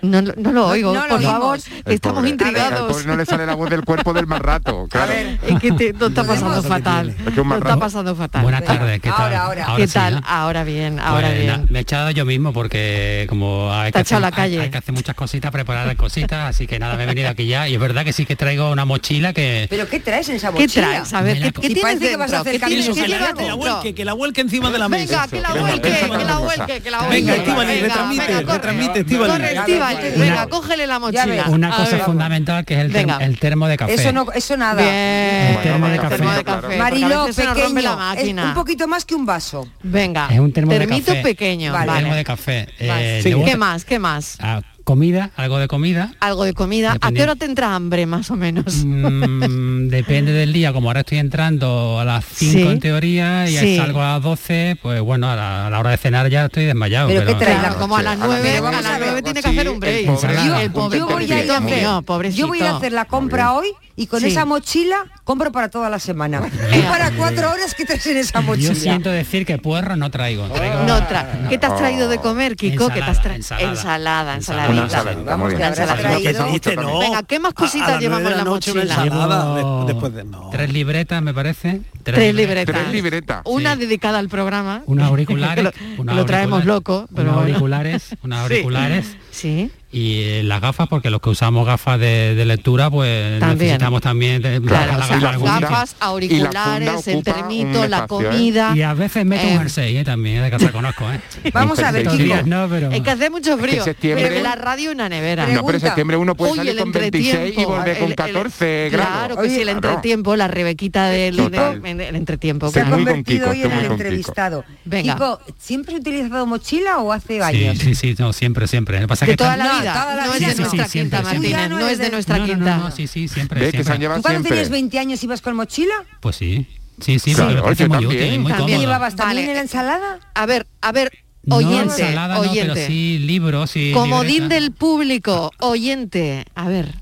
Speaker 3: No, lo- no lo oigo,
Speaker 8: no lo
Speaker 3: por favor.
Speaker 8: oímos.
Speaker 4: El
Speaker 3: Estamos
Speaker 4: pobre- al
Speaker 3: intrigados.
Speaker 4: pobre no le sale la voz del cuerpo del más rato claro.
Speaker 8: ver.
Speaker 3: Es que te, no está pasando
Speaker 8: Lo que
Speaker 3: fatal.
Speaker 4: tiene. Es que un
Speaker 3: No está
Speaker 4: marrón.
Speaker 3: pasando fatal.
Speaker 9: Buenas tardes, ¿qué tal?
Speaker 8: Ahora, ahora.
Speaker 3: ¿Qué
Speaker 9: sí,
Speaker 3: tal?
Speaker 9: ¿no?
Speaker 3: Ahora bien, ahora
Speaker 9: Pues,
Speaker 3: bien.
Speaker 9: na- me he echado yo mismo porque como hay
Speaker 3: Te ha
Speaker 9: que,
Speaker 3: echado
Speaker 9: hacer,
Speaker 3: la calle.
Speaker 9: Hay, hay que hacer muchas cositas, preparar cositas, así que nada, me he venido aquí ya. Y es verdad que sí que traigo una mochila que...
Speaker 8: ¿Pero qué traes en esa
Speaker 3: ¿Qué
Speaker 8: mochila?
Speaker 3: traes? A ver,
Speaker 9: Mira,
Speaker 3: ¿qué, qué
Speaker 8: y
Speaker 3: tienes
Speaker 8: parece que vas a
Speaker 3: dentro?
Speaker 8: hacer
Speaker 3: ¿Qué tienes?
Speaker 8: camino
Speaker 3: ¿Qué
Speaker 7: Que
Speaker 8: social. Eso,
Speaker 3: llevas
Speaker 7: la, que la
Speaker 3: dentro?
Speaker 7: vuelque, que la vuelque encima de la
Speaker 3: Venga,
Speaker 7: mesa.
Speaker 3: que la
Speaker 4: venga,
Speaker 3: vuelque,
Speaker 4: venga,
Speaker 3: que la
Speaker 4: cosa.
Speaker 3: vuelque, que la vuelque.
Speaker 7: Venga, Estíbaliz,
Speaker 3: Venga,
Speaker 7: retransmite,
Speaker 3: venga, corre.
Speaker 7: retransmite, Estíbaliz.
Speaker 3: Corre,
Speaker 8: Ya
Speaker 3: Estíbaliz,
Speaker 8: ves.
Speaker 3: venga, cógele la
Speaker 8: Ya ves.
Speaker 3: mochila.
Speaker 9: Una
Speaker 3: A
Speaker 9: cosa
Speaker 3: ver.
Speaker 9: fundamental que es el, ter-
Speaker 3: Venga.
Speaker 9: el termo de café.
Speaker 8: no, eso nada.
Speaker 3: Bien,
Speaker 9: El termo de
Speaker 3: el
Speaker 9: café.
Speaker 3: termo de
Speaker 4: Claro.
Speaker 3: café.
Speaker 8: Mariló,
Speaker 3: porque a veces se nos rompe la
Speaker 8: pequeño, es
Speaker 3: máquina.
Speaker 8: un poquito más que un vaso.
Speaker 3: Venga,
Speaker 9: Es un termo de
Speaker 3: termito
Speaker 9: café.
Speaker 3: pequeño.
Speaker 8: Vale.
Speaker 9: El
Speaker 3: Vale.
Speaker 9: termo de café.
Speaker 3: Vale.
Speaker 9: Eh,
Speaker 3: Sí.
Speaker 9: luego
Speaker 3: ¿Qué
Speaker 9: te-
Speaker 3: más? ¿Qué más?
Speaker 9: ah, comida, algo de comida.
Speaker 3: Algo de comida. ¿A qué
Speaker 9: Dependiendo.
Speaker 3: hora te entra hambre, más o menos?
Speaker 9: Mm, depende del día, como ahora estoy entrando a las 5
Speaker 3: Sí.
Speaker 9: en teoría y
Speaker 3: Sí.
Speaker 9: salgo a las 12, pues bueno, a la, a la hora de cenar ya estoy desmayado.
Speaker 8: Pero ¿qué traes?
Speaker 3: Claro,
Speaker 8: la
Speaker 3: como a
Speaker 4: noche,
Speaker 3: las
Speaker 4: a las
Speaker 3: nueve,
Speaker 8: nueve,
Speaker 3: a
Speaker 8: vamos a
Speaker 3: las
Speaker 8: ver.
Speaker 3: nueve tiene que hacer un break.
Speaker 4: El pobre-
Speaker 9: Yo-
Speaker 3: el pobre
Speaker 8: yo voy a ir a
Speaker 3: pobrecito
Speaker 8: hacer,
Speaker 3: mío, pobrecito.
Speaker 8: yo voy a ir a hacer la compra hoy y con
Speaker 3: Sí.
Speaker 8: esa mochila compro para toda la semana. Y para cuatro horas que traes en esa mochila.
Speaker 9: Yo siento decir que puerro no traigo.
Speaker 7: Oh.
Speaker 9: traigo
Speaker 3: No
Speaker 4: Ah,
Speaker 3: tra- ¿Qué te has traído de comer, Kiko? ¿Qué te has tra-
Speaker 9: Ensalada,
Speaker 3: ensalada,
Speaker 9: ensalada.
Speaker 4: una
Speaker 3: ensaladita.
Speaker 4: ensaladita muy bien
Speaker 8: que habrás
Speaker 4: Algo que
Speaker 8: traído.
Speaker 4: se gusta también.
Speaker 7: no.
Speaker 3: Venga, ¿qué más cositas
Speaker 7: A- a las
Speaker 3: llevamos
Speaker 7: nueve de
Speaker 3: en la
Speaker 7: noche una
Speaker 3: mochila?
Speaker 7: ensalada,
Speaker 9: Llevo
Speaker 7: des- después de no.
Speaker 9: Tres libretas, me parece.
Speaker 3: Tres libretas.
Speaker 4: Tres libretas.
Speaker 3: Una
Speaker 9: Sí.
Speaker 3: dedicada al programa.
Speaker 9: Unos
Speaker 3: Que
Speaker 9: auriculares.
Speaker 3: lo,
Speaker 9: unos
Speaker 3: que lo traemos
Speaker 9: auriculares,
Speaker 3: loco, pero
Speaker 9: unos
Speaker 3: bueno.
Speaker 9: auriculares, unos
Speaker 3: Sí.
Speaker 9: auriculares.
Speaker 3: Sí.
Speaker 9: Y eh, las gafas, porque los que usamos gafas de, de lectura, pues
Speaker 3: También.
Speaker 9: necesitamos también de-
Speaker 3: Claro,
Speaker 9: las
Speaker 3: o sea,
Speaker 4: y la
Speaker 9: gafas
Speaker 4: funda-
Speaker 3: gafas,
Speaker 4: y la funda
Speaker 3: auriculares, el
Speaker 4: ocupa
Speaker 3: termito,
Speaker 4: un
Speaker 3: la
Speaker 4: espacio, ¿eh?
Speaker 3: comida.
Speaker 9: Y a veces meto
Speaker 3: Eh,
Speaker 9: un jersey eh, también, de que reconozco, ¿eh?
Speaker 8: Vamos a ver,
Speaker 4: Estos
Speaker 9: Estos
Speaker 8: Kiko.
Speaker 9: días no, pero...
Speaker 3: Es que hace mucho frío.
Speaker 4: septiembre-
Speaker 3: pero la radio en una nevera.
Speaker 4: No, pero en septiembre uno puede
Speaker 3: Uy,
Speaker 4: salir
Speaker 3: el
Speaker 4: con 26 y
Speaker 3: entretiempo,
Speaker 4: volver
Speaker 3: el-
Speaker 4: con
Speaker 3: el-
Speaker 4: 14 grados.
Speaker 3: Claro, que sí, el
Speaker 4: Claro.
Speaker 3: entretiempo, la rebequita del
Speaker 4: Total.
Speaker 3: del- el entretiempo.
Speaker 8: Se ha
Speaker 4: Estoy
Speaker 3: claro.
Speaker 4: muy con
Speaker 8: convertido
Speaker 4: Kiko,
Speaker 8: hoy en
Speaker 4: estoy
Speaker 8: el
Speaker 4: muy con Kiko.
Speaker 8: entrevistado.
Speaker 3: Venga.
Speaker 8: Kiko, ¿siempre has utilizado mochila o hace
Speaker 9: Sí,
Speaker 8: años?
Speaker 9: sí, sí, no, siempre, siempre. Lo que pasa es
Speaker 3: De
Speaker 9: que
Speaker 3: toda
Speaker 9: tam-
Speaker 3: la
Speaker 8: No,
Speaker 3: vida.
Speaker 8: toda la
Speaker 3: No es
Speaker 8: vida
Speaker 3: de
Speaker 8: no.
Speaker 3: nuestra
Speaker 9: Siempre,
Speaker 3: quinta,
Speaker 9: siempre.
Speaker 3: Martínez.
Speaker 8: Tú ya
Speaker 3: No
Speaker 8: no
Speaker 3: es de
Speaker 8: eres-
Speaker 3: nuestra
Speaker 9: No, no, no,
Speaker 3: quinta.
Speaker 9: no, sí, sí, siempre,
Speaker 4: ¿Ves que se han
Speaker 9: siempre.
Speaker 8: ¿Tú
Speaker 4: llevado
Speaker 8: cuando tenías
Speaker 4: siempre?
Speaker 8: 20 años ibas con mochila?
Speaker 9: Pues sí, sí, sí,
Speaker 4: Claro,
Speaker 9: porque me parece
Speaker 4: yo
Speaker 9: muy
Speaker 4: también.
Speaker 9: útil, muy
Speaker 3: También
Speaker 9: cómodo.
Speaker 8: ¿Llevabas también
Speaker 3: Vale.
Speaker 8: en la ensalada?
Speaker 3: A ver, a ver,
Speaker 9: No,
Speaker 3: oyente,
Speaker 9: ensalada no,
Speaker 3: oyente.
Speaker 9: pero sí libros y
Speaker 3: Comodín
Speaker 9: libreta.
Speaker 3: del público, oyente. A ver.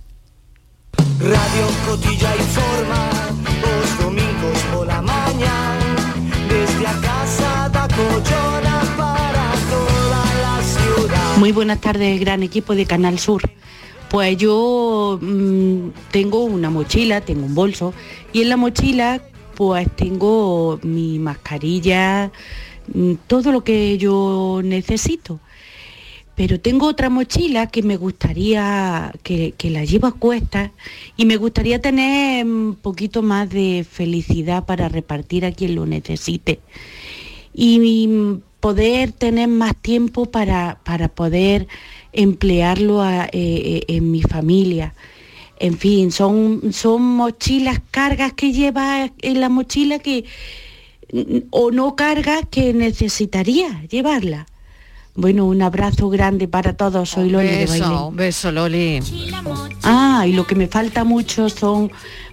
Speaker 1: Radio Cotilla informa los domingos por la mañana desde acá
Speaker 10: Muy buenas tardes, gran equipo de Canal Sur. Pues yo mm, tengo una mochila, tengo un bolso y en la mochila pues tengo mi mascarilla, mm, todo lo que yo necesito. Pero tengo otra mochila que me gustaría, que, que la llevo a cuestas y me gustaría tener un poquito más de felicidad para repartir a quien lo necesite y mm, poder tener más tiempo para, para poder emplearlo a- eh, eh, en mi familia. En fin, son, son mochilas, cargas que lleva en la mochila que, mm, o no cargas que necesitaría llevarla. Bueno, un abrazo grande para todos. Soy Loli de
Speaker 3: beso,
Speaker 10: Bailén.
Speaker 3: un beso, Loli.
Speaker 10: Ah, y lo que me falta mucho son,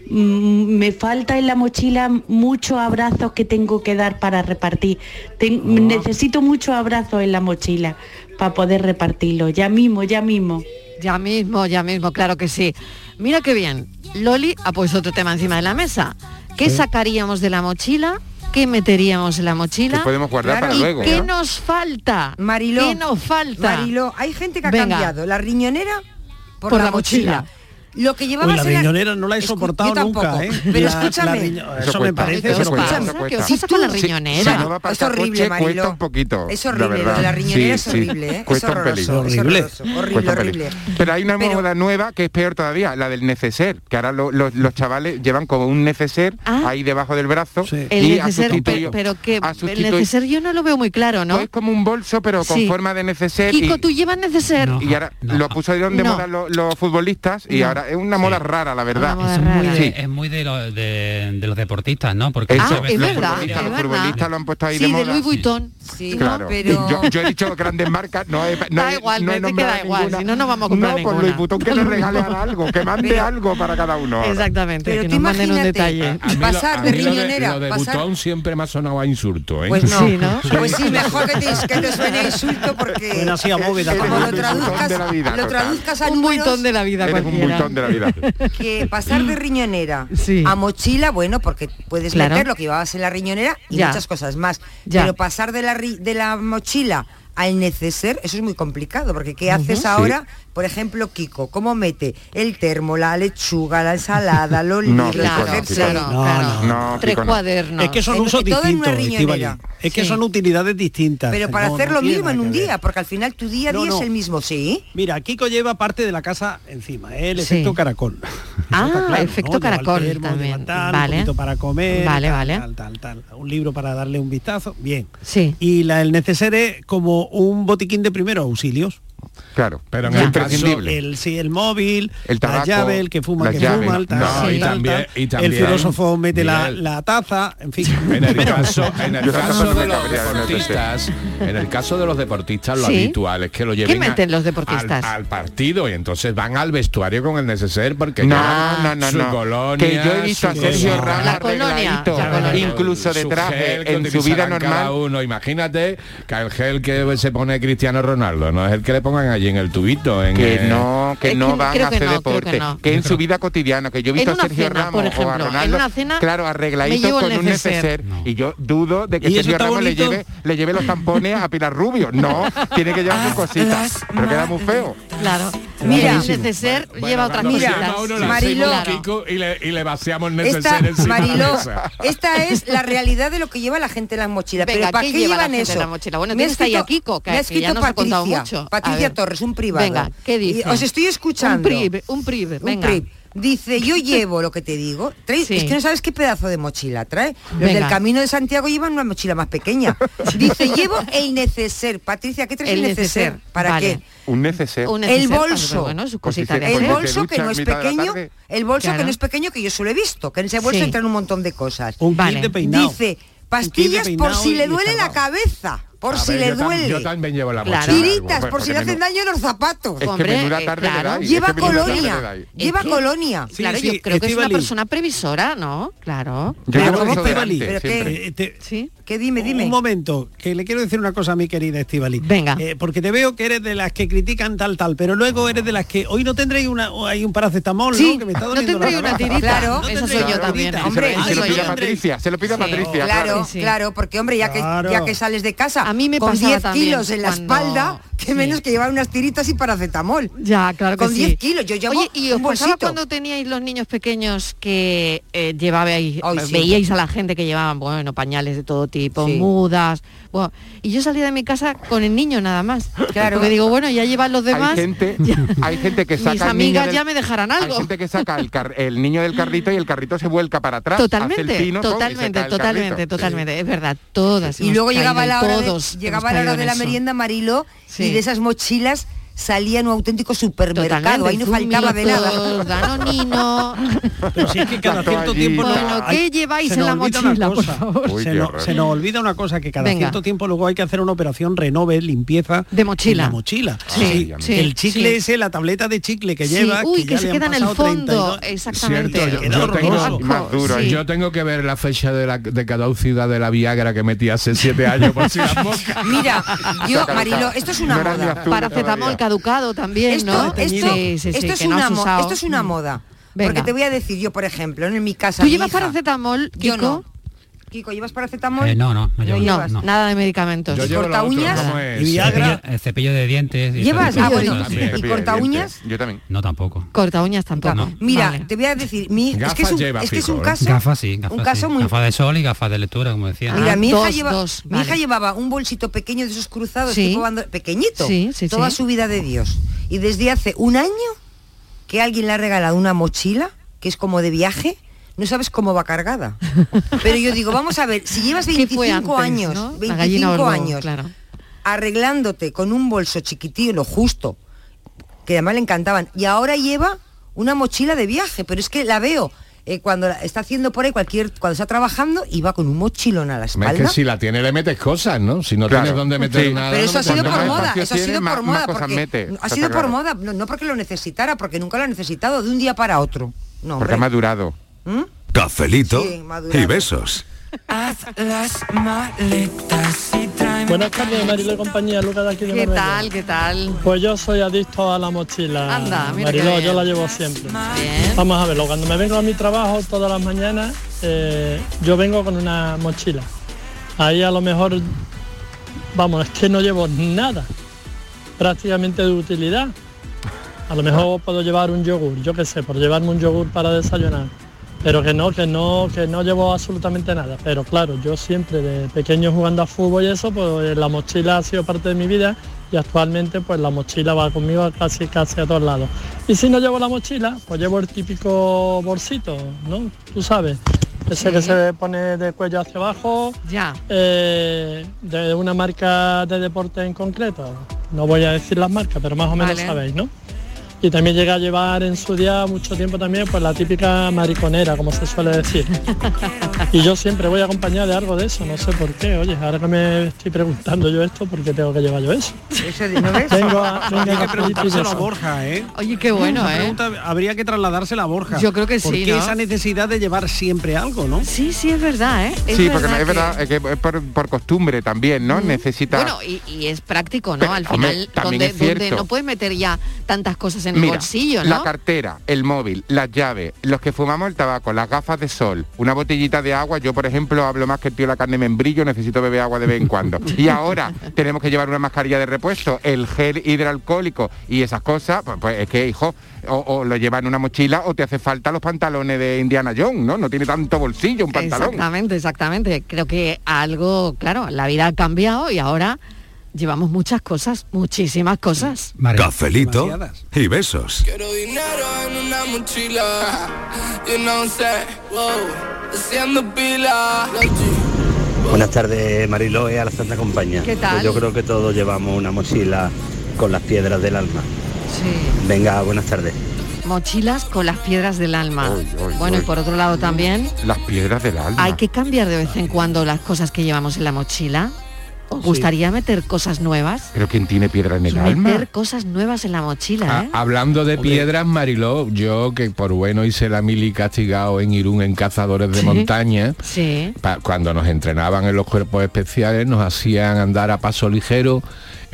Speaker 10: mm, me falta en la mochila muchos abrazos que tengo que dar para repartir. Ten- Necesito muchos abrazos en la mochila para poder repartirlo. Ya mismo, ya mismo.
Speaker 3: Ya mismo, ya mismo, claro que sí. Mira qué bien. Loli ha puesto otro tema encima de la mesa. ¿Qué
Speaker 4: Sí.
Speaker 3: sacaríamos de la mochila? ¿Qué meteríamos en la mochila?
Speaker 4: Que podemos guardar para
Speaker 3: ¿Y
Speaker 4: luego,
Speaker 3: ¿Qué
Speaker 4: ¿no?
Speaker 3: nos falta?
Speaker 8: Mariló,
Speaker 3: ¿Qué nos falta?
Speaker 8: Mariló, hay gente que ha
Speaker 3: Venga.
Speaker 8: cambiado la riñonera por,
Speaker 3: Por
Speaker 8: la,
Speaker 3: la mochila.
Speaker 8: mochila. Lo que llevaba
Speaker 7: Uy, la riñonera no la he soportado
Speaker 8: yo tampoco,
Speaker 7: nunca, ¿eh?
Speaker 8: Pero
Speaker 7: La-
Speaker 8: escúchame.
Speaker 7: la riño- eh, Eso Eso me cuesta, parece, eso pero cuesta,
Speaker 8: escúchame.
Speaker 7: eso
Speaker 3: ¿Qué os pasa con la riñonera?
Speaker 4: Si no va a
Speaker 8: es horrible,
Speaker 4: coche, cuesta
Speaker 8: Mariló.
Speaker 4: un poquito.
Speaker 8: Es horrible,
Speaker 4: la,
Speaker 8: lo de la riñonera es horrible,
Speaker 4: horrible,
Speaker 8: ¿eh? Es
Speaker 4: Cuesta un
Speaker 8: horroroso, es
Speaker 4: pelín.
Speaker 8: Horrible. horroroso, horrible,
Speaker 4: Cuesta un pelín.
Speaker 8: horrible.
Speaker 4: Pero hay una moda nueva que es peor todavía, la del neceser, que ahora lo- los- los chavales llevan como un neceser ahí debajo del brazo
Speaker 3: Ah. El
Speaker 4: y ha
Speaker 3: neceser, pe-
Speaker 4: sustituido-
Speaker 3: pero que
Speaker 4: ha
Speaker 3: el
Speaker 4: sustituido-
Speaker 3: neceser yo no lo veo muy claro, ¿no?
Speaker 4: Pues es como un bolso, pero con
Speaker 3: Sí.
Speaker 4: forma de neceser.
Speaker 3: Kiko,
Speaker 4: y,
Speaker 3: tú llevas neceser.
Speaker 4: y ahora lo pusieron de
Speaker 3: No.
Speaker 4: moda lo- los, futbolistas y
Speaker 3: No.
Speaker 4: ahora es una moda rara, la verdad.
Speaker 9: Eso es muy, de,
Speaker 4: Sí.
Speaker 9: es muy de, lo- de- de los deportistas, ¿no? Porque
Speaker 4: Eso,
Speaker 9: muchas
Speaker 4: Ah,
Speaker 9: veces
Speaker 4: es
Speaker 9: los
Speaker 4: verdad,
Speaker 9: futbolistas-
Speaker 4: es
Speaker 9: los
Speaker 4: verdad.
Speaker 9: futbolistas
Speaker 4: lo han puesto ahí
Speaker 3: sí,
Speaker 4: de
Speaker 3: de,
Speaker 4: moda.
Speaker 3: Louis Vuitton.
Speaker 8: Sí,
Speaker 4: Claro.
Speaker 3: ¿no? pero...
Speaker 4: yo, yo he dicho grandes marcas, no he, no
Speaker 3: Da
Speaker 4: he-
Speaker 3: igual,
Speaker 4: no he
Speaker 3: me- me
Speaker 4: nombrado
Speaker 3: queda igual,
Speaker 4: ninguna.
Speaker 3: si no, no vamos a comprar
Speaker 4: No, pues
Speaker 3: ninguna.
Speaker 4: Luis Butón que le regale algo, que mande
Speaker 3: Pero-
Speaker 4: algo para cada uno. ahora.
Speaker 3: Exactamente,
Speaker 8: Pero
Speaker 3: que
Speaker 8: tú
Speaker 3: nos manden un
Speaker 8: imagínate,
Speaker 3: detalle.
Speaker 8: a mí lo- Pasar de
Speaker 6: A mí lo
Speaker 8: riñonera,
Speaker 6: Lo de,
Speaker 8: pasar-
Speaker 6: butón siempre me ha sonado a insulto, ¿eh?
Speaker 8: Pues no.
Speaker 3: Sí, ¿no?
Speaker 8: Pues sí, mejor que te, que te suene a insulto porque
Speaker 7: Suena así a bóveda.
Speaker 8: como lo
Speaker 7: también.
Speaker 8: traduzcas,
Speaker 4: de la vida,
Speaker 8: lo
Speaker 4: total.
Speaker 8: traduzcas a
Speaker 3: Un
Speaker 8: números
Speaker 3: buitón de la vida
Speaker 4: Eres un
Speaker 3: cualquiera.
Speaker 4: bultón de la vida.
Speaker 8: que pasar de riñonera a mochila, bueno, porque puedes
Speaker 3: Claro.
Speaker 8: meter lo que llevabas en la riñonera y
Speaker 3: Ya.
Speaker 8: muchas cosas más.
Speaker 3: Ya.
Speaker 8: Pero pasar de la, ri- de la mochila al neceser, eso es muy complicado, porque ¿qué haces
Speaker 4: Sí.
Speaker 8: ahora? Por ejemplo, Kiko, ¿cómo mete el termo, la lechuga, la ensalada, los
Speaker 4: No,
Speaker 8: libros,
Speaker 4: Kiko,
Speaker 8: los
Speaker 4: no,
Speaker 8: jerseys?
Speaker 4: Kiko, no. No, no,
Speaker 3: Tres
Speaker 4: Kiko, no.
Speaker 3: cuadernos.
Speaker 7: Es que son
Speaker 8: En-
Speaker 7: usos
Speaker 8: todo en una
Speaker 7: distintos,
Speaker 8: riñonera.
Speaker 7: Estivali. Es que
Speaker 3: Sí.
Speaker 7: son utilidades distintas.
Speaker 8: Pero para
Speaker 7: No,
Speaker 8: hacer
Speaker 7: no
Speaker 8: lo
Speaker 7: tiene
Speaker 8: mismo
Speaker 7: nada
Speaker 8: en
Speaker 7: que
Speaker 8: un
Speaker 7: ver.
Speaker 8: día, porque al final tu día a
Speaker 7: No,
Speaker 8: día
Speaker 7: no.
Speaker 8: es el mismo, ¿sí?
Speaker 7: Mira, Kiko lleva parte de la casa encima, ¿eh? el efecto
Speaker 3: Sí.
Speaker 7: caracol.
Speaker 3: Ah,
Speaker 7: Está claro,
Speaker 3: efecto
Speaker 7: ¿no? Lleva el
Speaker 3: caracol
Speaker 7: termo, lleva
Speaker 3: también.
Speaker 7: tal,
Speaker 3: vale.
Speaker 7: Un poquito para comer.
Speaker 3: Vale,
Speaker 7: tal,
Speaker 3: vale.
Speaker 7: Tal, tal, tal. Un libro para darle un vistazo. Bien.
Speaker 3: Sí.
Speaker 7: Y la, el neceser es como un botiquín de primeros auxilios.
Speaker 4: Claro,
Speaker 6: Pero en
Speaker 4: es
Speaker 6: el caso,
Speaker 4: imprescindible.
Speaker 7: El, sí, el móvil,
Speaker 4: El
Speaker 7: la
Speaker 4: tabaco,
Speaker 7: llave, el que fuma,
Speaker 4: la
Speaker 7: que
Speaker 4: llave.
Speaker 7: fuma, el tal,
Speaker 6: No,
Speaker 7: tal,
Speaker 6: y
Speaker 7: tal,
Speaker 6: también-
Speaker 7: tal.
Speaker 6: y también,
Speaker 7: el filósofo mete la,
Speaker 6: Miguel.
Speaker 7: la taza, en fin.
Speaker 6: En el
Speaker 7: Pero-
Speaker 6: caso, en el
Speaker 4: Yo tampoco
Speaker 6: caso de
Speaker 4: me
Speaker 6: los
Speaker 4: cabría de meterse.
Speaker 6: deportistas, en el caso de los deportistas, lo
Speaker 3: Sí.
Speaker 6: habitual es que lo lleven a-
Speaker 3: meten los deportistas?
Speaker 6: Al, al partido y entonces van al vestuario con el neceser porque
Speaker 4: No,
Speaker 6: llevan
Speaker 4: no, no,
Speaker 6: su
Speaker 4: no.
Speaker 6: colonia,
Speaker 4: Que yo he visto a
Speaker 6: su
Speaker 4: Sergio
Speaker 6: cosa.
Speaker 4: Ramos
Speaker 3: La colonia.
Speaker 4: arregladito,
Speaker 3: La colonia.
Speaker 4: incluso de
Speaker 6: Su gel
Speaker 4: traje,
Speaker 6: que
Speaker 4: en su vida
Speaker 6: utilizarán cada
Speaker 4: normal.
Speaker 6: uno, imagínate que el gel que se pone Cristiano Ronaldo no es el que le pongan allí en el tubito, en
Speaker 4: Que
Speaker 6: el-
Speaker 4: no,
Speaker 3: Es
Speaker 4: que
Speaker 3: que
Speaker 4: no
Speaker 3: no,
Speaker 4: van
Speaker 3: creo
Speaker 4: a
Speaker 3: que
Speaker 4: hacer
Speaker 3: no, creo
Speaker 4: deporte.
Speaker 3: que no.
Speaker 4: Que en su vida cotidiana, que yo he
Speaker 3: En
Speaker 4: visto a
Speaker 3: una
Speaker 4: Sergio
Speaker 3: cena,
Speaker 4: Ramos
Speaker 3: por
Speaker 4: o a
Speaker 3: ejemplo, en
Speaker 4: Ronaldo,
Speaker 3: una cena
Speaker 4: claro,
Speaker 3: me
Speaker 4: arregladito
Speaker 3: llevo el
Speaker 4: con un
Speaker 3: neceser.
Speaker 4: neceser. Y yo dudo de que
Speaker 7: ¿Y eso
Speaker 4: Sergio
Speaker 7: está
Speaker 4: Ramos le
Speaker 7: bonito?
Speaker 4: lleve, le lleve los tampones a Pilar Rubio. No, tiene que llevar sus cositas. Pero queda muy feo.
Speaker 3: Claro.
Speaker 8: Mira.
Speaker 3: Mira, el neceser lleva otras
Speaker 8: mira,
Speaker 3: cositas.
Speaker 8: uno
Speaker 3: Sí,
Speaker 8: la Mariló. hacemos,
Speaker 3: claro.
Speaker 6: y le, y le vaciamos el
Speaker 8: Esta,
Speaker 6: neceser encima de la
Speaker 8: Mariló,
Speaker 6: mesa.
Speaker 8: esta es la realidad de lo que lleva la gente en las mochilas.
Speaker 3: Venga,
Speaker 8: Pero ¿para
Speaker 3: ¿qué
Speaker 8: qué,
Speaker 3: lleva la
Speaker 8: llevan
Speaker 3: gente
Speaker 8: eso?
Speaker 3: en la mochila? Bueno,
Speaker 8: Me ha
Speaker 3: tienes ahí a
Speaker 8: escrito-
Speaker 3: Kiko, que-
Speaker 8: me ha
Speaker 3: que ya
Speaker 8: escrito
Speaker 3: nos ha
Speaker 8: Patricia,
Speaker 3: contado mucho. A ver.
Speaker 8: Patricia Torres, un privado.
Speaker 3: Venga, ¿qué dice?
Speaker 8: Y os estoy escuchando.
Speaker 3: Un prib, un prib,
Speaker 8: Un
Speaker 3: venga.
Speaker 8: prib. Dice, yo llevo lo que te digo. Trae-
Speaker 3: Sí.
Speaker 8: Es que no sabes qué pedazo de mochila trae. Los
Speaker 3: Venga.
Speaker 8: del Camino de Santiago llevan una mochila más pequeña. Dice, llevo el neceser. Patricia, ¿qué traes el,
Speaker 3: El
Speaker 8: neceser?
Speaker 3: neceser,
Speaker 8: ¿Para
Speaker 3: vale.
Speaker 8: qué?
Speaker 4: Un neceser.
Speaker 3: Un neceser,
Speaker 8: bolso.
Speaker 3: también, bueno, su
Speaker 4: Pues si
Speaker 3: cosita
Speaker 4: se
Speaker 3: de
Speaker 4: pone
Speaker 8: El
Speaker 3: hacer.
Speaker 4: Porque te
Speaker 8: bolso que
Speaker 4: duchas
Speaker 8: no es
Speaker 4: en mitad de la
Speaker 8: pequeño,
Speaker 4: tarde.
Speaker 8: el bolso
Speaker 3: Claro.
Speaker 8: que no es pequeño que yo solo he visto, que en ese bolso
Speaker 3: Sí.
Speaker 8: entran un montón de cosas.
Speaker 7: Un kit
Speaker 3: Vale.
Speaker 7: de peinado.
Speaker 8: Dice,
Speaker 7: Un kit de
Speaker 8: pastillas por
Speaker 7: peinado
Speaker 8: si
Speaker 7: y-
Speaker 8: le
Speaker 7: y
Speaker 8: duele la
Speaker 7: escapado.
Speaker 8: cabeza, por
Speaker 6: A
Speaker 8: si
Speaker 6: ver,
Speaker 8: le
Speaker 6: yo tam-
Speaker 8: duele.
Speaker 6: Yo también llevo la
Speaker 3: Claro.
Speaker 6: mochila.
Speaker 8: Tiritas
Speaker 4: Bueno,
Speaker 8: por si
Speaker 4: porque
Speaker 8: le hacen
Speaker 4: no-
Speaker 8: daño los zapatos.
Speaker 4: Es que
Speaker 3: Hombre,
Speaker 4: menuda tarde le
Speaker 3: claro.
Speaker 4: dais, es que
Speaker 8: lleva
Speaker 4: menuda tarde
Speaker 8: colonia,
Speaker 4: le dais.
Speaker 8: lleva
Speaker 3: Es que-
Speaker 8: colonia.
Speaker 7: Sí,
Speaker 3: Claro,
Speaker 7: sí,
Speaker 3: yo creo que es una
Speaker 7: Estíbaliz.
Speaker 3: persona previsora, ¿no? Claro.
Speaker 4: Yo
Speaker 7: Pero
Speaker 4: llevo
Speaker 7: ¿cómo
Speaker 4: eso
Speaker 7: te
Speaker 4: delante,
Speaker 7: valí?
Speaker 8: Pero qué-
Speaker 4: siempre.
Speaker 7: Eh, te-
Speaker 3: Sí.
Speaker 8: Que dime, dime.
Speaker 7: Un momento, que le quiero decir una cosa a mi querida Estivali. Eh,
Speaker 3: Venga.
Speaker 7: porque te veo que eres de las que critican tal tal, pero luego eres de las que hoy no tendréis una o hay un paracetamol,
Speaker 3: Sí,
Speaker 7: ¿no? Que me está
Speaker 3: no
Speaker 7: doliendo la
Speaker 3: tendréis una
Speaker 7: cabeza.
Speaker 3: tirita.
Speaker 8: Claro,
Speaker 7: No
Speaker 3: esa
Speaker 7: tendréis
Speaker 3: soy yo
Speaker 7: una
Speaker 3: también,
Speaker 7: tirita.
Speaker 3: hombre,
Speaker 4: y se lo
Speaker 3: Ay,
Speaker 4: pide a
Speaker 3: yo.
Speaker 4: Patricia, se lo pide a
Speaker 3: Sí,
Speaker 4: Patricia,
Speaker 8: Claro,
Speaker 4: claro.
Speaker 3: Sí, sí.
Speaker 8: claro, porque hombre, ya que
Speaker 7: Claro.
Speaker 8: ya que sales de casa
Speaker 3: A mí me
Speaker 8: con
Speaker 3: pasaba
Speaker 8: 10
Speaker 3: también
Speaker 8: kilos en la
Speaker 3: cuando-
Speaker 8: espalda, que menos que llevar unas tiritas y paracetamol.
Speaker 3: Ya, claro que
Speaker 8: Con
Speaker 3: sí.
Speaker 8: 10 kilos, yo llevo
Speaker 3: Oye, ¿y os
Speaker 8: un
Speaker 3: pasaba
Speaker 8: bolsito.
Speaker 3: cuando teníais los niños pequeños que eh, llevabais,
Speaker 8: Ay, sí.
Speaker 3: veíais a la gente que llevaban, bueno, pañales de todo tipo,
Speaker 8: Sí.
Speaker 3: mudas, bueno, y yo salía de mi casa con el niño nada más.
Speaker 4: Claro.
Speaker 3: Porque digo, bueno, ya llevan los demás,
Speaker 4: hay gente, hay gente que saca
Speaker 3: mis
Speaker 4: al niño
Speaker 3: amigas
Speaker 4: del-
Speaker 3: ya me dejarán algo.
Speaker 4: Hay gente que saca el, car- el niño del carrito y el carrito se vuelca para atrás. hace el
Speaker 3: Totalmente,
Speaker 4: pino, pum, y se
Speaker 3: totalmente,
Speaker 4: cae el
Speaker 3: totalmente,
Speaker 4: carrito.
Speaker 3: totalmente, es verdad, todas.
Speaker 8: Y
Speaker 3: hemos
Speaker 8: luego
Speaker 3: caído
Speaker 8: llegaba
Speaker 3: en
Speaker 8: la hora
Speaker 3: todos
Speaker 8: de, llegaba
Speaker 3: hemos
Speaker 8: la, hora
Speaker 3: caído
Speaker 8: de
Speaker 3: en
Speaker 8: la
Speaker 3: eso.
Speaker 8: merienda Marilo
Speaker 3: Sí.
Speaker 8: y de esas mochilas salían un auténtico supermercado,
Speaker 3: Totalmente,
Speaker 8: ahí no faltaba de
Speaker 3: zumitos,
Speaker 8: nada.
Speaker 3: Danonino.
Speaker 7: Pero si es que cada
Speaker 3: La
Speaker 7: cierto tiempo...
Speaker 3: toallita. Bueno, ¿qué
Speaker 7: Ay,
Speaker 3: lleváis
Speaker 7: se
Speaker 3: en
Speaker 7: nos
Speaker 3: la
Speaker 7: olvida una
Speaker 3: mochila, por
Speaker 7: cosa.
Speaker 3: favor? Uy,
Speaker 7: se,
Speaker 3: qué
Speaker 7: no-
Speaker 3: horror.
Speaker 7: se nos olvida una cosa, que cada
Speaker 3: Venga.
Speaker 7: cierto tiempo luego hay que hacer una operación renove, limpieza...
Speaker 3: De mochila.
Speaker 7: en la mochila.
Speaker 3: Sí, sí,
Speaker 7: el chicle
Speaker 3: sí.
Speaker 7: ese, la tableta de chicle que
Speaker 3: Sí,
Speaker 7: lleva...
Speaker 3: uy, que
Speaker 7: ya
Speaker 3: se
Speaker 7: le han
Speaker 3: queda en el
Speaker 7: pasado
Speaker 3: fondo,
Speaker 7: 32.
Speaker 3: exactamente. Cierto,
Speaker 6: Yo, yo tengo,
Speaker 4: más duro,
Speaker 6: Sí.
Speaker 4: ¿eh?
Speaker 6: yo tengo que ver la fecha de, la, de caducidad de la Viagra que metí hace siete años por si las moscas.
Speaker 8: Mira, yo, Marilo, esto es una
Speaker 6: No eras ni
Speaker 8: moda.
Speaker 6: azul
Speaker 3: Paracetamol caducado también,
Speaker 8: Esto,
Speaker 3: ¿no?
Speaker 8: esto-
Speaker 3: Sí, sí, sí,
Speaker 8: esto es
Speaker 3: que no
Speaker 8: una
Speaker 3: has
Speaker 8: mo-
Speaker 3: usado. Mm.
Speaker 8: esto es una moda. Porque
Speaker 3: Venga.
Speaker 8: te voy a decir, yo por ejemplo, en mi casa.
Speaker 3: ¿Tú
Speaker 8: mi
Speaker 3: llevas
Speaker 8: hija-
Speaker 3: paracetamol,
Speaker 8: Yo
Speaker 3: Kiko?
Speaker 8: no. Kiko, ¿llevas paracetamol?
Speaker 9: Eh, no, no, no llevo.
Speaker 8: llevas.
Speaker 9: No,
Speaker 3: nada de medicamentos.
Speaker 8: Yo llevo la otra, ¿Cortaúñas? ¿cómo
Speaker 9: El
Speaker 8: es?
Speaker 9: cepillo-
Speaker 8: Viagra.
Speaker 9: El cepillo de dientes. y eso
Speaker 8: ¿Llevas?
Speaker 9: también.
Speaker 8: Ah, bueno, Yo
Speaker 6: también. ¿y
Speaker 9: Cepillo de
Speaker 6: corta
Speaker 9: dientes.
Speaker 8: uñas?
Speaker 4: Yo también.
Speaker 9: No, tampoco.
Speaker 3: Corta uñas tampoco.
Speaker 8: Mira,
Speaker 3: Vale.
Speaker 8: te voy a decir, mi, es que es
Speaker 6: Gafas
Speaker 8: un,
Speaker 6: lleva
Speaker 8: es que es
Speaker 6: fijo,
Speaker 8: un
Speaker 6: ¿eh?
Speaker 8: caso,
Speaker 9: Gafas sí, gafas
Speaker 8: un caso
Speaker 9: sí.
Speaker 8: muy.
Speaker 9: Gafas de sol y gafas de lectura, como decía.
Speaker 8: Mira, mi,
Speaker 3: Ah, dos,
Speaker 8: hija lleva-
Speaker 3: dos,
Speaker 8: mi
Speaker 3: vale.
Speaker 8: hija llevaba un bolsito pequeño de esos cruzados,
Speaker 3: Sí.
Speaker 8: tipo bando- pequeñito,
Speaker 3: Sí, sí,
Speaker 8: toda
Speaker 3: sí.
Speaker 8: su vida de Dios. Y desde hace un año que alguien le ha regalado una mochila, que es como de viaje, no sabes cómo va cargada. Pero yo digo, vamos a ver, si llevas
Speaker 3: ¿Qué fue
Speaker 8: 25
Speaker 3: antes,
Speaker 8: años,
Speaker 3: no? La gallina o
Speaker 8: 25
Speaker 3: el huevo,
Speaker 8: años,
Speaker 3: claro.
Speaker 8: arreglándote con un bolso chiquitillo, lo justo, que además le encantaban, y ahora lleva una mochila de viaje, pero es que la veo. eh, cuando la- está haciendo por ahí cualquier cuando está trabajando y va con un mochilón a la espalda
Speaker 6: Es que si la tiene le metes cosas, ¿no? Si no
Speaker 4: Claro.
Speaker 6: tienes dónde meter
Speaker 4: Sí.
Speaker 6: nada.
Speaker 8: Pero eso
Speaker 6: no
Speaker 8: ha sido
Speaker 6: metes
Speaker 8: por
Speaker 6: nada.
Speaker 8: moda,
Speaker 4: espacio
Speaker 8: eso ha sido
Speaker 4: tiene,
Speaker 8: por
Speaker 4: más- más
Speaker 8: moda,
Speaker 4: cosas
Speaker 8: porque
Speaker 4: mete,
Speaker 8: ha
Speaker 4: está
Speaker 8: sido por
Speaker 4: claro.
Speaker 8: moda, no, no porque lo necesitara, porque nunca lo ha necesitado de un día para otro. No,
Speaker 4: Porque
Speaker 8: hombre.
Speaker 4: ha
Speaker 8: ¿Mm?
Speaker 4: madurado.
Speaker 11: Cafelito
Speaker 8: Sí, madurado.
Speaker 11: y besos.
Speaker 1: Haz las maletas y tráeme
Speaker 12: Buenas tardes, Mariló y compañía, Lucas de aquí de
Speaker 3: ¿Qué
Speaker 12: Marbella.
Speaker 3: tal? ¿Qué tal?
Speaker 12: Pues yo soy adicto a la mochila.
Speaker 3: Anda, mira qué
Speaker 12: Mariló, yo
Speaker 3: bien.
Speaker 12: la llevo siempre. Vamos a verlo, cuando me vengo a mi trabajo todas las mañanas, eh, yo vengo con una mochila. Ahí a lo mejor, vamos, es que no llevo nada, prácticamente de utilidad. A lo mejor puedo llevar un yogur, yo qué sé, por llevarme un yogur para desayunar. Pero que no, que no, que no llevo absolutamente nada. Pero claro, yo siempre de pequeño jugando a fútbol y eso, pues eh, la mochila ha sido parte de mi vida y actualmente pues la mochila va conmigo casi casi a todos lados. Y si no llevo la mochila, pues llevo el típico bolsito, ¿no? Tú sabes. Ese que
Speaker 3: Sí.
Speaker 12: se pone de cuello hacia abajo,
Speaker 3: Ya.
Speaker 12: eh, de una marca de deporte en concreto. No voy a decir las marcas, pero más o menos
Speaker 3: Vale.
Speaker 12: sabéis, ¿no? Y también llega a llevar en su día mucho tiempo también pues la típica mariconera, como se suele decir. Y yo siempre voy acompañada de algo de eso, no sé por qué. Oye, ahora que me estoy preguntando yo esto, ¿por qué tengo que llevar yo eso?
Speaker 8: Eso de- ¿no ves?
Speaker 12: Tengo a, tengo
Speaker 7: Habría que
Speaker 12: a-
Speaker 7: preguntárselo a
Speaker 12: eso.
Speaker 7: Borja, ¿eh?
Speaker 3: Oye, qué bueno,
Speaker 7: Esa
Speaker 3: ¿eh?
Speaker 7: pregunta habría que trasladársela a Borja.
Speaker 3: Yo creo que
Speaker 7: ¿Por
Speaker 3: sí,
Speaker 7: qué
Speaker 3: ¿no?
Speaker 7: esa necesidad de llevar siempre algo, no?
Speaker 3: Sí, sí, es verdad, ¿eh?
Speaker 4: sí, porque no- es
Speaker 3: que-
Speaker 4: verdad, eh, que es por, por costumbre también, ¿no? Necesita...
Speaker 3: Bueno, y, y es práctico, ¿no?
Speaker 4: Pero,
Speaker 3: Al
Speaker 4: hombre,
Speaker 3: final,
Speaker 4: también
Speaker 3: donde,
Speaker 4: es cierto.
Speaker 3: donde no puedes meter ya tantas cosas en el
Speaker 4: Mira,
Speaker 3: bolsillo, ¿no?
Speaker 4: la cartera, el móvil, las llaves, los que fumamos el tabaco, las gafas de sol, una botellita de agua. Yo, por ejemplo, hablo más que el tío la carne membrillo, necesito beber agua de vez en cuando. Y ahora tenemos que llevar una mascarilla de repuesto, el gel hidroalcohólico y esas cosas. Pues, pues es que, hijo, o, o lo llevan en una mochila o te hace falta los pantalones de Indiana Jones, ¿no? No tiene tanto bolsillo un pantalón.
Speaker 3: Exactamente, exactamente. Creo que algo, claro, la vida ha cambiado y ahora llevamos muchas cosas, muchísimas cosas.
Speaker 11: Cafelito
Speaker 7: Demasiadas.
Speaker 11: y besos.
Speaker 1: Quiero dinero en una mochila. You know, say, wow, haciendo pila.
Speaker 13: Buenas tardes, Mariló y a la Santa Compañía.
Speaker 3: ¿Qué tal?
Speaker 13: Pues yo creo que todos llevamos una mochila con las piedras del alma.
Speaker 3: Sí.
Speaker 13: Venga, buenas tardes.
Speaker 3: Mochilas con las piedras del alma.
Speaker 4: uy,
Speaker 3: bueno,
Speaker 4: uy.
Speaker 3: y por otro lado también
Speaker 4: Las piedras del alma.
Speaker 3: hay que cambiar de vez en cuando las cosas que llevamos en la mochila. ¿Os
Speaker 4: Sí.
Speaker 3: gustaría meter cosas nuevas?
Speaker 4: Pero ¿quién tiene piedra en el alma?
Speaker 3: Meter cosas nuevas en la mochila,
Speaker 6: Ah,
Speaker 3: ¿eh?
Speaker 6: hablando de piedras, Mariló, yo que por bueno hice la mili castigado en Irún en cazadores de
Speaker 3: Sí.
Speaker 6: montaña,
Speaker 3: Sí.
Speaker 6: pa- cuando nos entrenaban en los cuerpos especiales nos hacían andar a paso ligero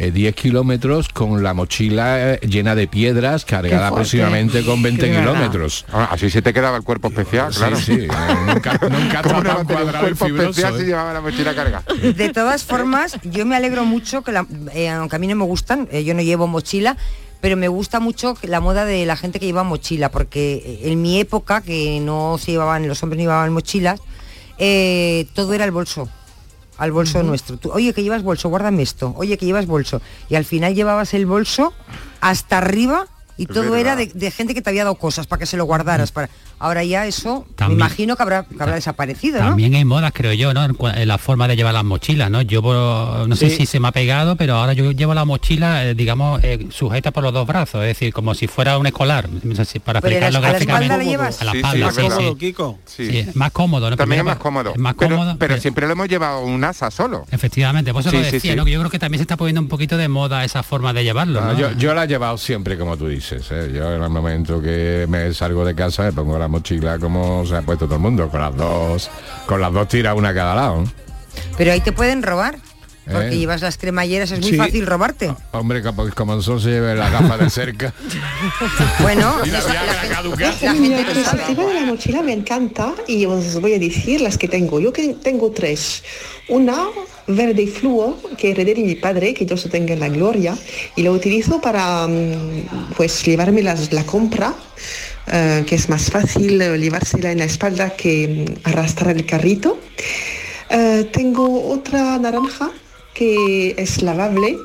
Speaker 6: eh, 10 kilómetros con la mochila eh, llena de piedras, cargada
Speaker 4: fuerte.
Speaker 6: aproximadamente con 20
Speaker 4: Qué verdad.
Speaker 6: kilómetros.
Speaker 4: Ah, Así se te quedaba el cuerpo especial,
Speaker 6: Sí,
Speaker 4: claro.
Speaker 6: sí, eh, nunca nunca
Speaker 4: ¿Cómo no
Speaker 6: atrapa
Speaker 4: va a
Speaker 6: un
Speaker 4: tener un
Speaker 6: cuadrado
Speaker 4: cuerpo
Speaker 6: fibroso,
Speaker 4: especial
Speaker 6: eh?
Speaker 4: si llevaba la mochila cargada?
Speaker 8: De todas formas, yo me alegro mucho que la- eh, aunque a mí no me gustan, eh, yo no llevo mochila, pero me gusta mucho que la moda de la gente que lleva mochila, porque eh, en mi época que no se llevaban, los hombres no llevaban mochilas, eh, todo era el bolso. Al bolso nuestro. Tú, Oye, que llevas bolso, guárdame esto. Oye, que llevas bolso. Y al final llevabas el bolso hasta arriba y
Speaker 14: Es
Speaker 8: todo era de,
Speaker 14: verdad. Mm.
Speaker 8: de gente que te había dado cosas para que se lo guardaras. Para... Ahora ya eso,
Speaker 9: También-
Speaker 8: me imagino que habrá, que habrá desaparecido, ¿no?
Speaker 9: También hay modas, creo yo, ¿no? En cua- en la forma de llevar las mochilas, ¿no? Yo por- no sé
Speaker 8: Sí.
Speaker 9: si se me ha pegado, pero ahora yo llevo la mochila, eh, digamos, eh, sujeta por los dos brazos, es decir, como si fuera un escolar, no sé si para
Speaker 7: Pero
Speaker 9: explicarlo
Speaker 7: eres- ¿a la espalda
Speaker 9: gráficamente.
Speaker 7: la llevas?
Speaker 9: A la
Speaker 7: Sí, sí,
Speaker 9: espalda,
Speaker 7: es
Speaker 9: sí,
Speaker 7: verdad.
Speaker 9: sí.
Speaker 7: Cómodo, Kiko.
Speaker 9: Sí, es más cómodo, ¿no?
Speaker 4: También es
Speaker 9: Primero,
Speaker 4: más cómodo.
Speaker 9: es más
Speaker 4: Pero-
Speaker 9: cómodo,
Speaker 4: Pero, siempre lo hemos llevado un asa solo.
Speaker 9: Efectivamente, por eso lo
Speaker 4: Sí, sí,
Speaker 9: decía,
Speaker 4: sí.
Speaker 9: ¿no? Que yo creo que también se está poniendo un poquito de moda esa forma de llevarlo,
Speaker 6: Ah,
Speaker 9: ¿no?
Speaker 6: yo, yo la he llevado siempre como tú dices. ¿eh? Yo en el momento que me salgo de casa me pongo la mochila como se ha puesto todo el mundo, con las dos, con las dos tiras una a cada lado.
Speaker 8: Pero ahí te pueden robar. Porque
Speaker 6: Eh.
Speaker 8: llevas las cremalleras, es muy
Speaker 6: Sí.
Speaker 8: fácil robarte.
Speaker 6: Hombre, como, como el sol se lleve las gafas de cerca.
Speaker 8: bueno,
Speaker 6: y la Viagra caduca.
Speaker 15: Mira, pues el tema de la mochila me encanta y os voy a decir las que tengo. Yo que tengo tres. Una verde fluo que heredé de mi padre, que Dios lo tenga en la gloria, y lo utilizo para mm, pues llevarme las- la compra, eh, que es más fácil eh, llevársela en la espalda que mm, arrastrar el carrito. Eh, tengo otra naranja que es lavable.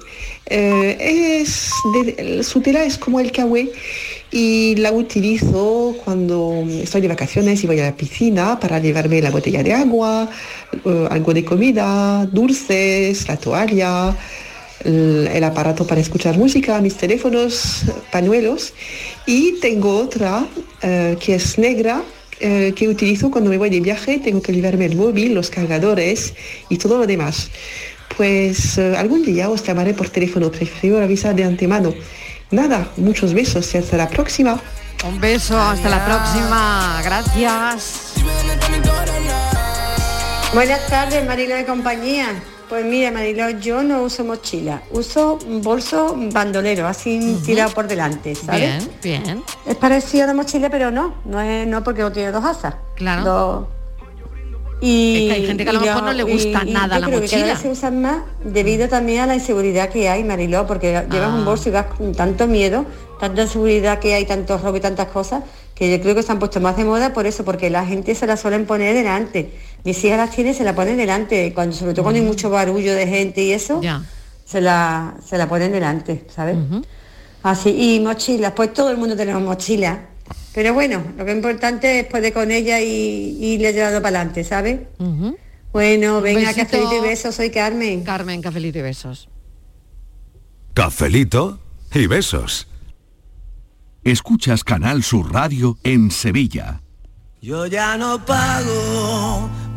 Speaker 15: Eh, es de- su tela es como el cahué y la utilizo cuando estoy de vacaciones y voy a la piscina para llevarme la botella de agua, eh, algo de comida, dulces, la toalla, el, el aparato para escuchar música, mis teléfonos, pañuelos. Y tengo otra eh, que es negra. eh, que utilizo cuando me voy de viaje, tengo que llevarme el móvil, los cargadores y todo lo demás. Pues eh, algún día os llamaré por teléfono, prefiero avisar de antemano. Nada, muchos besos y hasta la próxima.
Speaker 3: Un beso, hasta la próxima. Ah, Gracias.
Speaker 16: Buenas tardes, Marilo de compañía. Pues mira, Marilo, yo no uso mochila, uso un bolso bandolero, así tirado por delante, ¿sabes?
Speaker 3: Bien, bien.
Speaker 16: Es parecido a la mochila, pero no, no es no porque no tiene dos asas.
Speaker 3: Claro.
Speaker 16: Dos- Y,
Speaker 3: Es que hay gente que a lo
Speaker 16: y
Speaker 3: mejor no le gusta nada
Speaker 16: yo
Speaker 3: la
Speaker 16: creo que cada
Speaker 3: mochila.
Speaker 16: vez se usan más debido también a la inseguridad que hay, Mariló, porque llevas un bolso y vas con tanto miedo, tanta inseguridad que hay, tanto robo y tantas cosas, que yo creo que se han puesto más de moda por eso, porque la gente se la suelen poner delante. Mis hijas las tienen, se la ponen delante, cuando, sobre todo cuando hay mucho barullo de gente y eso, se, la, se la ponen delante, ¿sabes? Así, y mochilas, pues todo el mundo tenemos mochilas. Pero bueno, lo que es importante es poder con ella y, y irle llevando para adelante, ¿sabes? Bueno, venga,
Speaker 3: besito.
Speaker 16: cafelito y besos, soy Carmen.
Speaker 3: Carmen, cafelito y besos.
Speaker 11: Cafelito y besos. Escuchas Canal Sur Radio en Sevilla.
Speaker 17: Yo ya no pago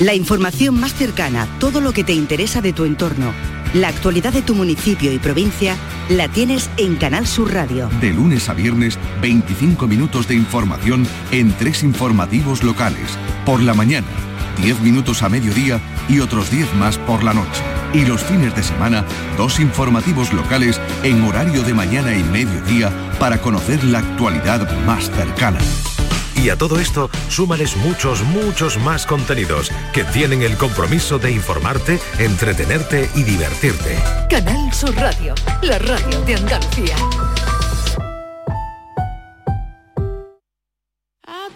Speaker 18: La información más cercana, todo lo que te interesa de tu entorno, la actualidad de tu municipio y provincia, la tienes en Canal Sur Radio.
Speaker 11: De lunes a viernes, 25 minutos de información en tres informativos locales. Por la mañana, 10 minutos a mediodía y otros 10 más por la noche. Y los fines de semana, dos informativos locales en horario de mañana y mediodía para conocer la actualidad más cercana.
Speaker 19: Y a todo esto, súmales muchos, muchos más contenidos que tienen el compromiso de informarte, entretenerte y divertirte.
Speaker 20: Canal Sur Radio, la radio de Andalucía.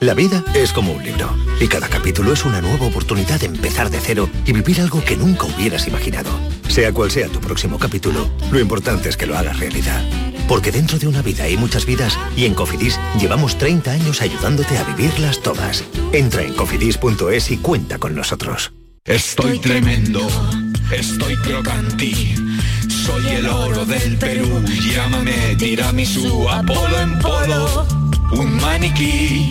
Speaker 21: La vida es como un libro y cada capítulo es una nueva oportunidad de empezar de cero y vivir algo que nunca hubieras imaginado. Sea cual sea tu próximo capítulo, lo importante es que lo hagas realidad. Porque dentro de una vida hay muchas vidas y en Cofidis llevamos 30 años ayudándote a vivirlas todas. Entra en cofidis.es y cuenta con nosotros.
Speaker 22: Estoy tremendo, estoy crocantí. Soy el oro del Perú, llámame tiramisú, Apolo en polo, un maniquí.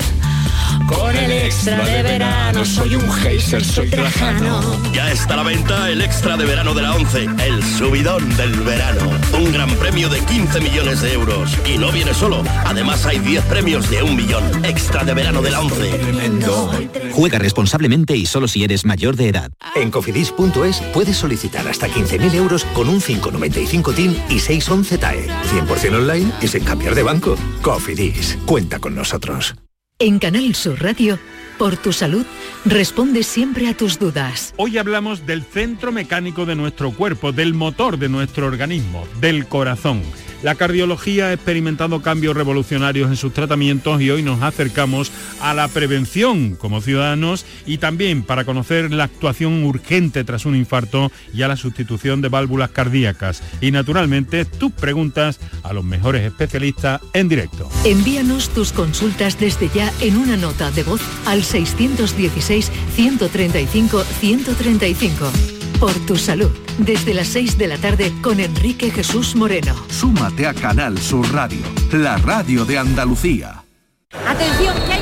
Speaker 22: Con el extra de verano, soy un geyser, soy trajano.
Speaker 23: Ya está a la venta el extra de verano de la 11, el subidón del verano. Un gran premio de 15 millones de euros. Y no viene solo, además hay 10 premios de un millón. Extra de verano de la 11.
Speaker 21: Juega responsablemente y solo si eres mayor de edad. En cofidis.es puedes solicitar hasta 15.000 euros con un 595 TIN y 611 TAE. 100% online y sin cambiar de banco. Cofidis, cuenta con nosotros.
Speaker 24: En Canal Sur Radio, por tu salud, responde siempre a tus dudas.
Speaker 25: Hoy hablamos del centro mecánico de nuestro cuerpo, del motor de nuestro organismo, del corazón. La cardiología ha experimentado cambios revolucionarios en sus tratamientos y hoy nos acercamos a la prevención como ciudadanos y también para conocer la actuación urgente tras un infarto y a la sustitución de válvulas cardíacas. Y naturalmente tus preguntas a los mejores especialistas en directo.
Speaker 24: Envíanos tus consultas desde ya en una nota de voz al 616-135-135. Por tu salud, desde las 6 de la tarde con Enrique Jesús Moreno.
Speaker 19: Súmate a Canal Sur Radio, la radio de Andalucía.
Speaker 26: Atención, que hay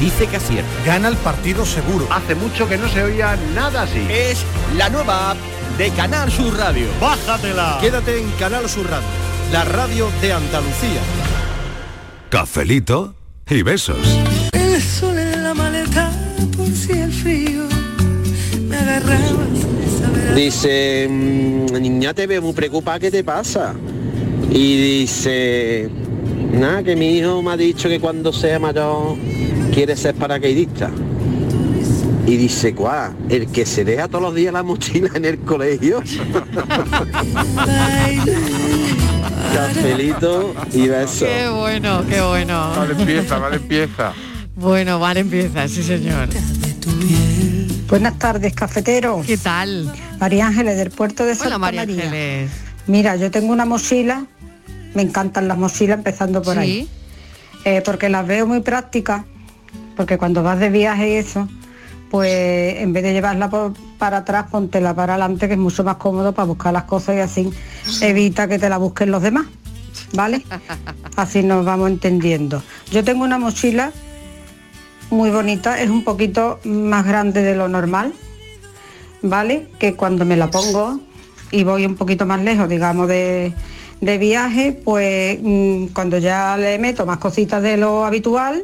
Speaker 27: dice que acierta.
Speaker 28: Gana el partido seguro.
Speaker 29: Hace mucho que no se oía nada así.
Speaker 30: Es la nueva app de Canal Sur Radio.
Speaker 31: Bájatela.
Speaker 28: Quédate en Canal Sur Radio, la radio de Andalucía.
Speaker 32: Cafelito y besos.
Speaker 1: El sol en la maleta por si el frío me agarraba.
Speaker 5: Dice, "Mm, niña te veo muy preocupada, ¿qué te pasa? Y dice, nada, que mi hijo me ha dicho que cuando sea mayor quiere ser paracaidista. Y dice, ¿cuál? ¿El que se deja todos los días la mochila en el colegio? Cafelito y beso.
Speaker 3: Qué bueno, qué bueno.
Speaker 4: Vale, empieza, vale, empieza.
Speaker 3: Bueno, vale, empieza, sí señor.
Speaker 33: Buenas tardes, cafetero.
Speaker 3: ¿Qué tal?
Speaker 33: María Ángeles, del puerto de Santa
Speaker 3: Hola María
Speaker 33: María.
Speaker 3: Ángeles.
Speaker 33: Mira, yo tengo una mochila, me encantan las mochilas, empezando por
Speaker 3: Sí.
Speaker 33: ahí. Eh, porque las veo muy prácticas, porque cuando vas de viaje y eso, pues en vez de llevarla por- para atrás, póntela para adelante, que es mucho más cómodo para buscar las cosas y así evita que te la busquen los demás. ¿Vale? Así nos vamos entendiendo. Yo tengo una mochila muy bonita, es un poquito más grande de lo normal, ¿vale? Que cuando me la pongo y voy un poquito más lejos, digamos, de, de viaje, pues mm, cuando ya le meto más cositas de lo habitual,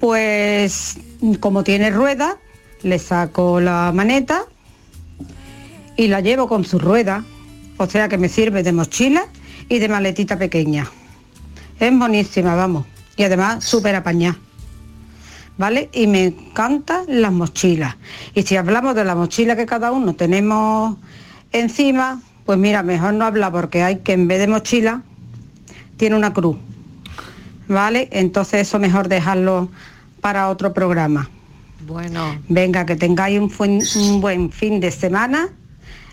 Speaker 33: pues mm, como tiene rueda, le saco la maneta y la llevo con su rueda, o sea que me sirve de mochila y de maletita pequeña. Es buenísima, vamos, y además súper apañada. ¿vale? Y me encantan las mochilas. Y si hablamos de la mochila que cada uno tenemos encima, pues mira, mejor no habla porque hay que en vez de mochila tiene una cruz, ¿vale? Entonces eso mejor dejarlo para otro programa.
Speaker 3: Bueno,
Speaker 33: Venga, que tengáis un, fuen- un buen fin de semana,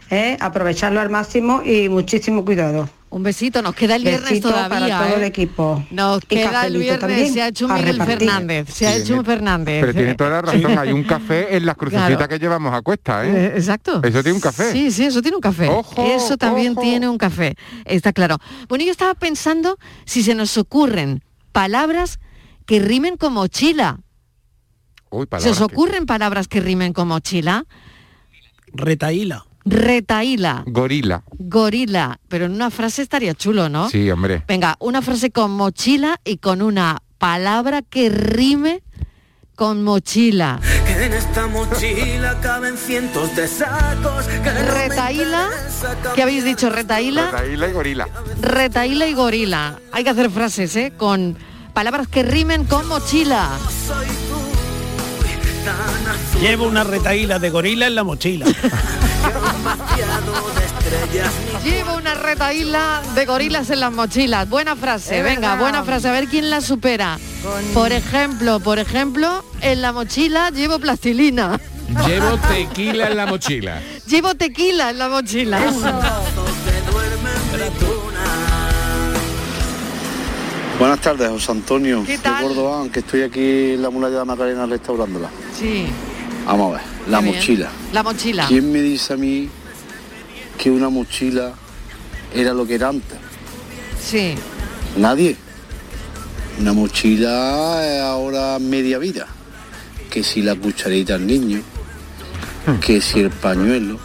Speaker 33: ¿eh? aprovecharlo al máximo y muchísimo cuidado.
Speaker 3: un besito, nos queda el viernes
Speaker 33: Besito
Speaker 3: todavía.
Speaker 33: para todo el
Speaker 3: ¿eh?
Speaker 33: equipo.
Speaker 3: Nos
Speaker 33: Y
Speaker 3: queda el
Speaker 33: cafelito
Speaker 3: viernes,
Speaker 33: también,
Speaker 3: se ha hecho
Speaker 33: a
Speaker 3: Miguel
Speaker 33: repartir.
Speaker 3: Fernández, se ha
Speaker 4: Tiene-
Speaker 3: hecho Fernández.
Speaker 4: Pero tiene toda la razón, hay un café en las crucecitas
Speaker 3: Claro.
Speaker 4: que llevamos a cuesta,
Speaker 3: Eh,
Speaker 4: ¿eh?
Speaker 3: Exacto.
Speaker 4: Eso tiene un café.
Speaker 3: Sí, sí, eso tiene un café. eso también tiene un café, está claro. Bueno, yo estaba pensando si se nos ocurren palabras que rimen con mochila.
Speaker 4: Uy,
Speaker 3: ¿Se os
Speaker 4: palabras.
Speaker 3: ocurren palabras que rimen con mochila?
Speaker 7: Retaíla.
Speaker 3: Retaíla,
Speaker 4: Gorila.
Speaker 3: gorila, pero en una frase estaría chulo, ¿no?
Speaker 4: Sí, hombre.
Speaker 3: Venga, una frase con mochila y con una palabra que rime con mochila.
Speaker 34: Que en esta mochila caben cientos de sacos. Que
Speaker 3: Retaíla, ¿qué habéis dicho? Retaíla,
Speaker 4: Retaíla y gorila.
Speaker 3: retaíla y gorila. Hay que hacer frases, ¿eh? Con palabras que rimen con mochila.
Speaker 34: Soy tú,
Speaker 7: Llevo una retaíla de gorila en la mochila.
Speaker 3: Llevo una retaíla de gorilas en las mochilas. Buena frase,
Speaker 14: Es
Speaker 3: venga,
Speaker 14: verdad.
Speaker 3: buena frase. A ver quién la supera. Por ejemplo, por ejemplo, en la mochila llevo plastilina.
Speaker 6: Llevo tequila en la mochila.
Speaker 3: Llevo tequila en la mochila.
Speaker 5: Buenas tardes, José Antonio.
Speaker 3: ¿Qué
Speaker 5: Soy
Speaker 3: tal?
Speaker 5: Córdoba, aunque estoy aquí en la muralla de la Macarena restaurándola.
Speaker 3: Sí.
Speaker 5: Vamos a ver, la
Speaker 3: Muy bien.
Speaker 5: mochila.
Speaker 3: La mochila.
Speaker 5: ¿Quién me dice a mí que una mochila era lo que era antes?
Speaker 3: Sí.
Speaker 5: Nadie. Una mochila es ahora media vida. Que si la cucharita al niño,
Speaker 3: Hmm.
Speaker 5: que si el pañuelo,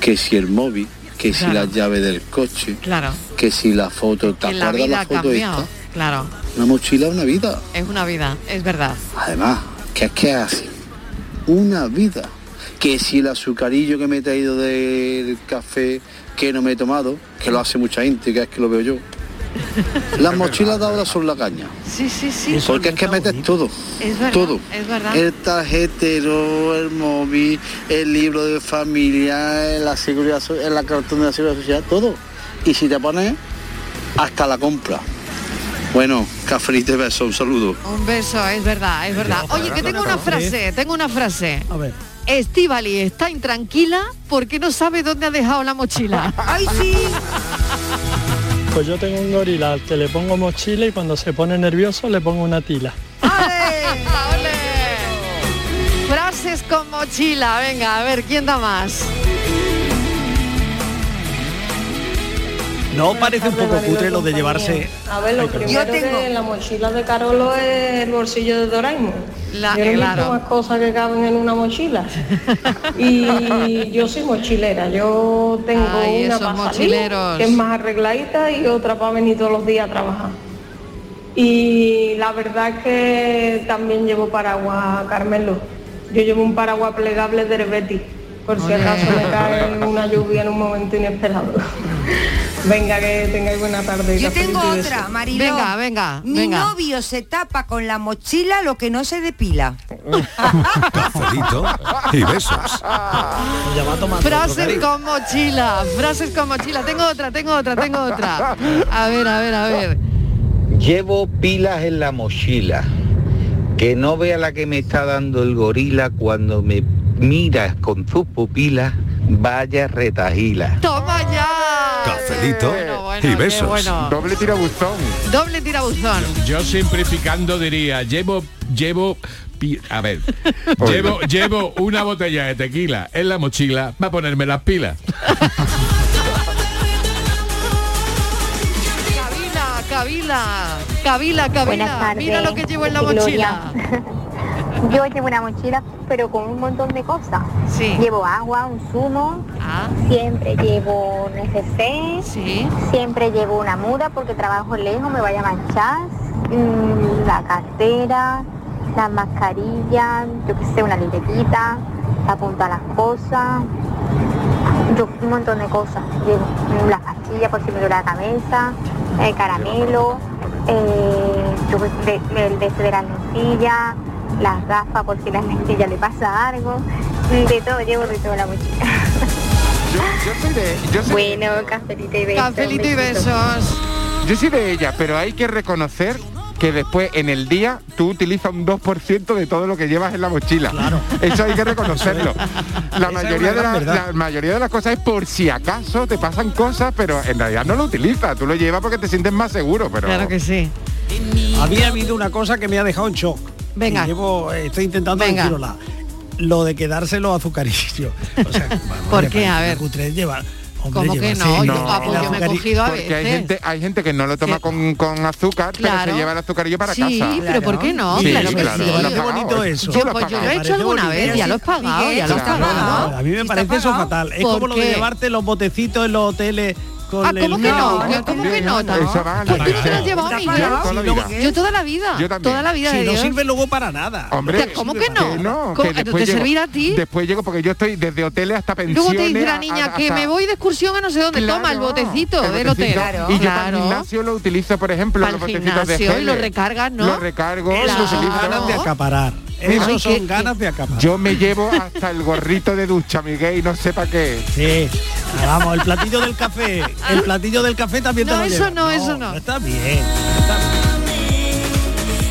Speaker 5: que si el móvil, que si
Speaker 3: Claro.
Speaker 5: la llave del coche,
Speaker 3: Claro.
Speaker 5: que si la foto, ¿te
Speaker 3: Que la
Speaker 5: acuerdas
Speaker 3: vida
Speaker 5: la
Speaker 3: ha
Speaker 5: foto
Speaker 3: cambiado.
Speaker 5: esta?
Speaker 3: Claro.
Speaker 5: Una mochila es una vida.
Speaker 3: Es una vida, es verdad.
Speaker 5: Además, que es que es así. Una vida. Que si el azucarillo que me he traído del café que no me he tomado, que lo hace mucha gente, que es que lo veo yo. Las mochilas de ahora son la caña.
Speaker 3: Sí, sí, sí.
Speaker 5: Porque es que metes todo.
Speaker 3: Es verdad,
Speaker 5: todo. Eh,
Speaker 3: es verdad.
Speaker 5: El tarjetero, el móvil, el libro de familia, eh, la seguridad, so- eh, la cartón de la seguridad social, todo. Y si te pones, hasta la compra. Bueno, cafelito y beso, un saludo.
Speaker 3: Un beso, es verdad, es verdad. Oye, que tengo una frase, tengo una frase. A ver. Estivali está intranquila porque no sabe dónde ha dejado la mochila. ¡Ay, sí!
Speaker 12: Pues yo tengo un gorila al que le pongo mochila y cuando se pone nervioso le pongo una tila.
Speaker 3: Frases con mochila, venga, a ver, ¿quién da más?
Speaker 7: ¿No parece un poco cutre lo de llevarse...
Speaker 35: A ver, lo primero de la mochila de Carolo es el bolsillo de Doraemon. yo no he visto
Speaker 33: claro.
Speaker 35: más cosas que caben en una mochila. y yo soy mochilera. Yo tengo
Speaker 3: Ay,
Speaker 35: una
Speaker 3: esos
Speaker 35: para
Speaker 3: mochileros.
Speaker 35: que es más arregladita, y otra para venir todos los días a trabajar. Y la verdad es que también llevo paraguas, Carmelo. Yo llevo un paraguas plegable de Herbeti, por si acaso me cae una lluvia en un momento inesperado. Venga, que tengáis buena tarde.
Speaker 8: Yo
Speaker 35: cafelito
Speaker 8: tengo
Speaker 35: y besos.
Speaker 8: otra, Mariló.
Speaker 35: Venga, venga,
Speaker 8: Mi
Speaker 35: venga.
Speaker 8: novio se tapa con la mochila lo que no se depila.
Speaker 1: Cafelito y besos.
Speaker 3: Frases con mochila, frases con mochila. Tengo otra, tengo otra, tengo otra. A ver, a ver, a ver.
Speaker 21: Llevo pilas en la mochila. Que no vea la que me está dando el gorila cuando me miras con tus pupilas. Vaya retajila.
Speaker 3: Toma ya.
Speaker 1: Cafelito y besos.
Speaker 4: Doble tirabuzón.
Speaker 3: Doble tirabuzón.
Speaker 6: Yo simplificando diría, llevo, llevo, pi- a ver, llevo, llevo una botella de tequila en la mochila para ponerme las pilas.
Speaker 3: Cabila, cabila, cabila,
Speaker 13: Buenas
Speaker 3: cabila.
Speaker 13: tardes.
Speaker 3: Mira lo que llevo en la
Speaker 13: Gloria.
Speaker 3: mochila.
Speaker 13: Yo llevo una mochila, pero con un montón de cosas. Llevo agua, un zumo,
Speaker 3: Ah.
Speaker 13: siempre llevo un FC, siempre llevo una muda porque trabajo lejos, me vaya a manchar, mm, la cartera, la mascarilla, yo qué sé, una libretita, apunto a las cosas, yo, un montón de cosas. Llevo mm, las pastillas por si me duele la cabeza, el caramelo, eh, yo qué sé, de- el de, de las lentillas, las gafas por si a las lentillas le pasa algo, mm, de todo, llevo de todo en la mochila. bueno, cafelito y besos.
Speaker 3: Cafelito y besos.
Speaker 4: Yo soy de ella, pero hay que reconocer que después en el día tú utilizas un 2% de todo lo que llevas en la mochila. Eso hay que reconocerlo. La mayoría, de
Speaker 36: gran
Speaker 4: la,
Speaker 36: verdad.
Speaker 4: la mayoría de las cosas es por si acaso te pasan cosas, pero en realidad no lo utilizas. Tú lo llevas porque te sientes más seguro, pero...
Speaker 3: Claro que sí.
Speaker 7: Había habido una cosa que me ha dejado en shock.
Speaker 3: Venga.
Speaker 7: Y llevo- estoy intentando
Speaker 3: Venga.
Speaker 7: decirla. Lo de quedarse los azucarillos. O sea,
Speaker 3: ¿Por qué? A ver.
Speaker 7: cutre es llevar. Hombre,
Speaker 3: ¿Cómo que
Speaker 7: llevarse
Speaker 3: no? Yo,
Speaker 7: el
Speaker 3: ah, pues yo me he
Speaker 7: azucarillo.
Speaker 3: cogido a
Speaker 4: Porque hay
Speaker 3: veces.
Speaker 4: gente, hay gente que no lo toma con, con azúcar, pero
Speaker 3: Claro.
Speaker 4: se lleva el azucarillo para
Speaker 3: Sí,
Speaker 4: casa.
Speaker 3: pero Claro. ¿por qué no? Claro que
Speaker 7: pues
Speaker 3: sí.
Speaker 4: Lo has
Speaker 3: Qué
Speaker 4: pagado,
Speaker 3: bonito
Speaker 4: eso.
Speaker 3: eso.
Speaker 4: Tú lo has
Speaker 3: Pues yo lo he
Speaker 4: pagado.
Speaker 3: hecho alguna vez,
Speaker 7: Parece
Speaker 3: ya
Speaker 7: bonito.
Speaker 3: lo has pagado, ya lo has
Speaker 7: Claro,
Speaker 3: pagado.
Speaker 7: no, A mí me parece eso fatal. Es
Speaker 3: ¿Por
Speaker 7: como lo de
Speaker 3: qué?
Speaker 7: llevarte los botecitos en los hoteles con
Speaker 3: Ah, ¿cómo
Speaker 7: el...
Speaker 3: que no? ¿Cómo que no?
Speaker 7: Eso va a la
Speaker 3: ¿Por qué no te lo has llevado,
Speaker 7: Está
Speaker 3: Miguel?
Speaker 7: pagado. Sí, no, ¿qué?
Speaker 3: Yo toda la vida.
Speaker 7: Yo también.
Speaker 3: Toda la vida
Speaker 7: Si
Speaker 3: de
Speaker 7: no
Speaker 3: Dios.
Speaker 7: sirve luego para nada.
Speaker 4: Hombre,
Speaker 3: Ya, ¿cómo que no?
Speaker 4: Que no,
Speaker 3: ¿Cómo-
Speaker 4: que después
Speaker 3: ¿Te
Speaker 4: llego,
Speaker 3: servirá a ti?
Speaker 4: Después llego porque yo estoy desde hoteles hasta pensiones.
Speaker 3: Luego te dice la
Speaker 4: a-
Speaker 3: niña
Speaker 4: a-
Speaker 3: que
Speaker 4: hasta-
Speaker 3: me voy de excursión a no sé dónde. Toma el botecito
Speaker 4: el
Speaker 3: del hotel.
Speaker 4: botecito. Y yo para el gimnasio lo utilizo, por ejemplo,
Speaker 3: Para
Speaker 4: los
Speaker 3: el
Speaker 4: botecitos de
Speaker 3: gimnasio y
Speaker 4: gel.
Speaker 3: lo recargas, ¿no?
Speaker 4: Lo recargo.
Speaker 7: Eso
Speaker 4: lo
Speaker 7: son
Speaker 4: utilizo.
Speaker 7: ganas de acaparar. Eso
Speaker 4: Ay,
Speaker 7: son
Speaker 4: qué-
Speaker 7: Eh, ganas de acabar.
Speaker 4: Yo me llevo hasta el gorrito de ducha, Miguel, y no sé para qué.
Speaker 7: Sí. Vamos, el platillo del café. El platillo del café también te
Speaker 3: No,
Speaker 7: lo
Speaker 3: eso
Speaker 7: llevas.
Speaker 3: no, eso no.
Speaker 7: Está bien.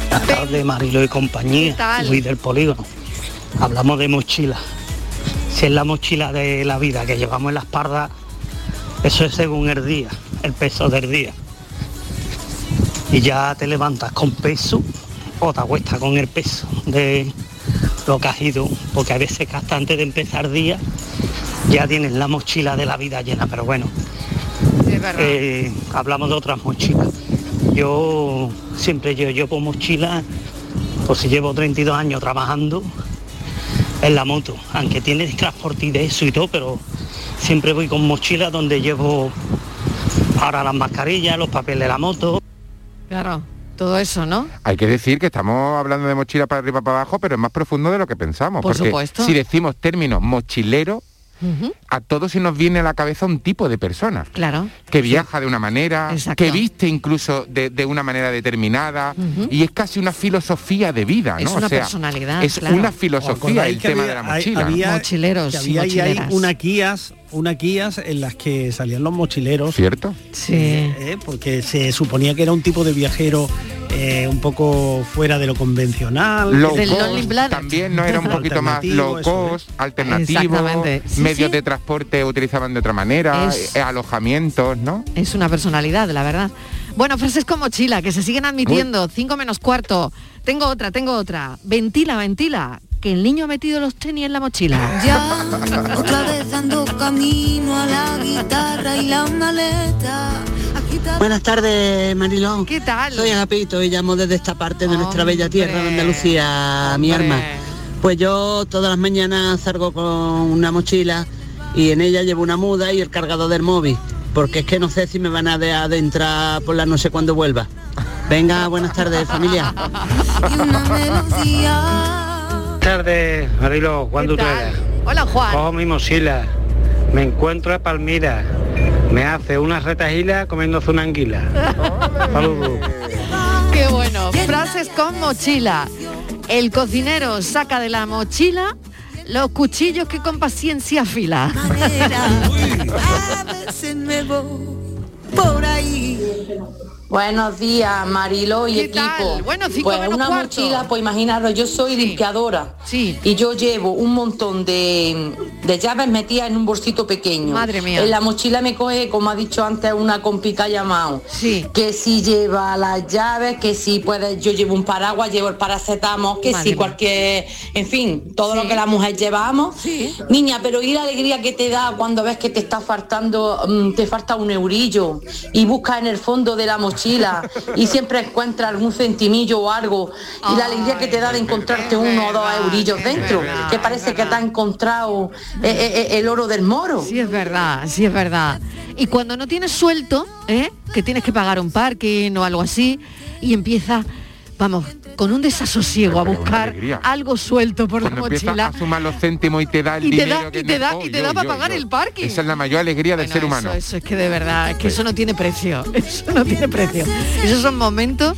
Speaker 11: Buenas tardes, Marilo y compañía.
Speaker 3: ¿Qué tal?
Speaker 11: Luis del polígono. Hablamos de mochila. Si es la mochila de la vida que llevamos en la espalda, eso es según el día, el peso del día. Y ya te levantas con peso o te acuestas con el peso de lo que has ido, porque a veces que hasta antes de empezar día ya tienes la mochila de la vida llena, pero bueno, eh, hablamos de otras mochilas. Yo siempre yo llevo mochila, pues si llevo 32 años trabajando en la moto, aunque tiene transporte y de eso y todo, pero siempre voy con mochila donde llevo ahora las mascarillas, los papeles de la moto.
Speaker 3: Claro, todo eso, ¿no?
Speaker 4: Hay que decir que estamos hablando de mochila para arriba para abajo, pero es más profundo de lo que pensamos.
Speaker 3: Por
Speaker 4: porque
Speaker 3: supuesto.
Speaker 4: si decimos término mochilero,
Speaker 3: Ujú,
Speaker 4: a todos se nos viene a la cabeza un tipo de persona.
Speaker 3: Claro.
Speaker 4: que viaja de una manera, que viste incluso de, de una manera determinada,
Speaker 3: Ujú.
Speaker 4: y es casi una filosofía de vida, ¿no?
Speaker 3: Es una
Speaker 4: o sea,
Speaker 3: personalidad,
Speaker 4: Es
Speaker 3: claro.
Speaker 4: una
Speaker 7: ¿Os
Speaker 4: filosofía
Speaker 7: acordáis
Speaker 4: el
Speaker 7: que
Speaker 4: tema
Speaker 7: había-
Speaker 4: de la
Speaker 7: hay-
Speaker 4: mochila. ¿no?
Speaker 7: había-
Speaker 3: Mochileros
Speaker 7: que
Speaker 3: y
Speaker 7: había ahí- ahí
Speaker 3: mochileras.
Speaker 7: unas guías, unas guías en las que salían los mochileros. Eh,
Speaker 4: Cierto.
Speaker 3: Sí.
Speaker 7: porque se suponía que era un tipo de viajero eh, un poco fuera de lo convencional.
Speaker 4: Low Del cost Lonely Planet. también, ¿no? Era un poquito más low
Speaker 7: Alternativo,
Speaker 4: cost, alternativo,
Speaker 3: Exactamente. Sí,
Speaker 4: medios
Speaker 3: sí.
Speaker 4: de transporte utilizaban de otra manera,
Speaker 3: Es-
Speaker 4: eh, alojamientos, ¿no?
Speaker 3: Es una personalidad, la verdad. Bueno, frases con mochila, que se siguen admitiendo. 5 menos cuarto. Tengo otra, tengo otra. Ventila, ventila. Que el niño ha metido los tenis en la mochila.
Speaker 1: Ya, otra vez dando camino a la guitarra y la maleta.
Speaker 9: Buenas tardes, Marilón.
Speaker 3: ¿Qué tal?
Speaker 9: Soy Agapito y llamo desde esta parte de nuestra bella tierra de Andalucía, mi hombre. arma. Pues yo todas las mañanas salgo con una mochila y en ella llevo una muda y el cargador del móvil, porque es que no sé si me van a de- adentrar por la noche cuando vuelva. Venga, buenas tardes, familia.
Speaker 11: Buenas tardes, Marilo, cuando tú eres.
Speaker 3: Hola, Juan.
Speaker 11: Cojo mi mochila, me encuentro a Palmira, me hace una retajilas comiéndose una anguila. Saludos.
Speaker 3: Qué bueno. Frases con mochila. El cocinero saca de la mochila los cuchillos que con paciencia afila.
Speaker 1: A veces me voy por ahí.
Speaker 14: Buenos días, Marilo y
Speaker 1: ¿Qué
Speaker 14: equipo.
Speaker 1: tal? Bueno, cinco
Speaker 14: pues
Speaker 1: menos
Speaker 14: una
Speaker 1: cuarto.
Speaker 14: mochila, pues imaginaros, yo soy limpiadora. Y yo llevo un montón de, de llaves metidas en un bolsito pequeño.
Speaker 3: Madre mía.
Speaker 14: En la mochila me coge, como ha dicho antes, una compica llamado.
Speaker 3: Sí.
Speaker 14: Que si lleva las llaves, que si puede, yo llevo un paraguas, llevo el paracetamol, que Madre si mía. cualquier, en fin, todo lo que la mujer llevamos. Niña, pero y la alegría que te da cuando ves que te está faltando, mm, te falta un eurillo y buscas en el fondo de la mochila y siempre encuentras algún centimillo o algo. Y la alegría que te da de encontrarte uno o dos eurillos dentro, que parece que te ha encontrado eh, eh, eh, el oro del moro.
Speaker 3: Sí, es verdad, sí, es verdad. Y cuando no tienes suelto, ¿eh? que tienes que pagar un parking o algo así, y empieza, vamos, con un desasosiego a buscar
Speaker 4: alegría.
Speaker 3: algo suelto por
Speaker 4: Cuando
Speaker 3: la
Speaker 4: empiezas
Speaker 3: mochila.
Speaker 4: a sumar los céntimos y te da el
Speaker 3: Y te
Speaker 4: dinero
Speaker 3: da,
Speaker 4: que
Speaker 3: y te da,
Speaker 4: no-
Speaker 3: y
Speaker 4: Oh,
Speaker 3: te da
Speaker 4: yo,
Speaker 3: para
Speaker 4: yo,
Speaker 3: pagar
Speaker 4: yo.
Speaker 3: el parking.
Speaker 4: Esa es la mayor alegría del ser humano.
Speaker 3: Eso, eso es que de verdad, es que
Speaker 4: Sí.
Speaker 3: eso no tiene precio. Eso no tiene precio. Esos son momentos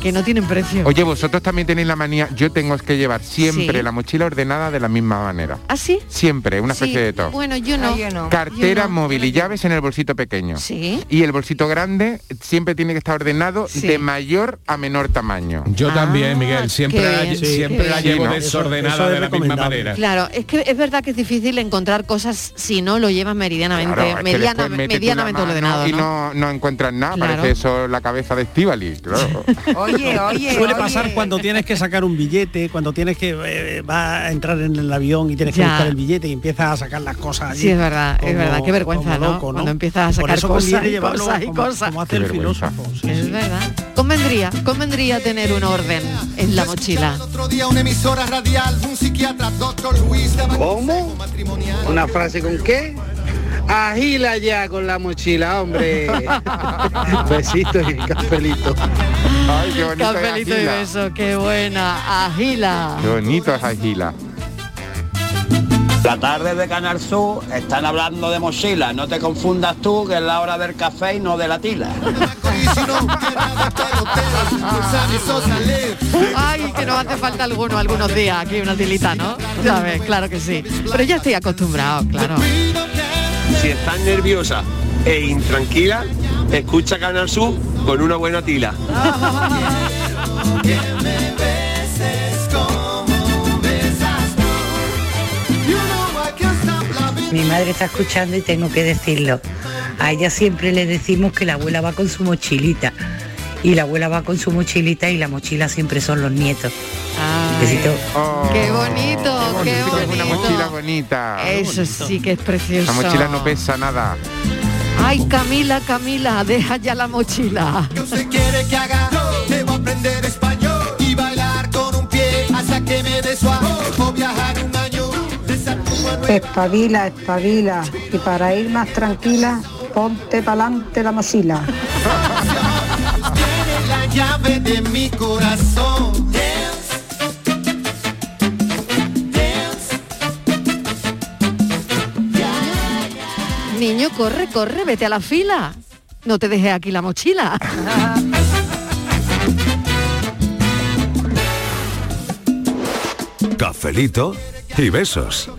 Speaker 3: que no tienen precio.
Speaker 4: Oye, vosotros también tenéis la manía, yo tengo que llevar siempre
Speaker 3: Sí.
Speaker 4: la mochila ordenada de la misma manera.
Speaker 3: ¿Ah, sí?
Speaker 4: Siempre, una
Speaker 3: Sí,
Speaker 4: especie de todo.
Speaker 3: Bueno, Ah, yo no.
Speaker 4: Cartera,
Speaker 3: Yo no.
Speaker 4: móvil y llaves en el bolsito pequeño.
Speaker 3: Sí.
Speaker 4: Y el bolsito grande siempre tiene que estar ordenado
Speaker 3: Sí. Ah,
Speaker 4: de mayor a menor tamaño.
Speaker 2: Yo también, Miguel,
Speaker 3: qué
Speaker 2: siempre la,
Speaker 3: bien, Sí,
Speaker 2: siempre
Speaker 3: qué
Speaker 2: la
Speaker 4: bien.
Speaker 2: llevo
Speaker 4: Sí, no, eso-
Speaker 2: desordenada
Speaker 4: eso es
Speaker 2: de la misma
Speaker 4: recomendable.
Speaker 2: manera.
Speaker 3: Claro, es que es verdad que es difícil encontrar cosas si no lo llevas meridianamente,
Speaker 4: Claro, es que después
Speaker 3: mediana-
Speaker 4: metes tú la
Speaker 3: medianamente
Speaker 4: mano
Speaker 3: ordenado.
Speaker 4: Y
Speaker 3: ¿no?
Speaker 4: no, no encuentras nada,
Speaker 3: Claro.
Speaker 4: parece eso la cabeza de Estivali. Claro.
Speaker 10: Oye, oye,
Speaker 7: Suele
Speaker 10: oye.
Speaker 7: pasar cuando tienes que sacar un billete, cuando tienes que eh, va a entrar en el avión y tienes que
Speaker 3: Ya.
Speaker 7: buscar el billete y empiezas a sacar las cosas. allí
Speaker 3: Sí, es verdad, es
Speaker 7: como-
Speaker 3: verdad, qué vergüenza,
Speaker 7: como
Speaker 3: ¿no?
Speaker 7: loco,
Speaker 3: Cuando empiezas a
Speaker 7: Por
Speaker 3: sacar
Speaker 7: eso
Speaker 3: cosas
Speaker 7: conviene
Speaker 3: y
Speaker 7: llevarlo
Speaker 3: cosas y
Speaker 7: como-
Speaker 3: cosas.
Speaker 7: como hace el filósofo.
Speaker 3: Es verdad. Convendría, convendría tener un orden en la mochila.
Speaker 15: Otro día una emisora radial, un psiquiatra, doctor Luis daba
Speaker 11: ¿Cómo? ¿Una frase con qué? Agila ya con la mochila, hombre. Besitos y cafelito.
Speaker 4: Ay, qué bonito. es
Speaker 3: Cafelito y
Speaker 4: Agila.
Speaker 3: beso, qué buena. Agila.
Speaker 4: Qué bonito es Agila.
Speaker 7: La tarde de Canal Sur están hablando de mochila. No te confundas tú que es la hora del café y no de la tila.
Speaker 3: Ay, que no hace falta alguno algunos días aquí una tilita, ¿no? ¿Sabes? Claro que sí. Pero ya estoy acostumbrado, claro.
Speaker 37: Si estás nerviosa e intranquila, escucha Canal Sur con una buena tila.
Speaker 10: Ah, Mi madre está escuchando y tengo que decirlo. A ella siempre le decimos que la abuela va con su mochilita. Y la abuela va con su mochilita y la mochila siempre son los nietos. Besito.
Speaker 3: Qué bonito, qué
Speaker 4: Es una
Speaker 3: bonito.
Speaker 4: mochila bonita.
Speaker 3: Eso sí que es precioso.
Speaker 4: La mochila no pesa nada.
Speaker 3: Ay, Camila, Camila, deja ya la mochila.
Speaker 21: quiere que haga Debo aprender español y bailar con un pie hasta que me dé su O viajar un año de Saturno a Nueva
Speaker 23: Eh.
Speaker 33: Espabila, espabila. Y para ir más tranquila, ponte pa'lante la mochila.
Speaker 21: Tiene la llave de mi corazón Dance,
Speaker 3: Niño, corre, corre, vete a la fila. No te dejes aquí la mochila.
Speaker 19: Cafelito y besos.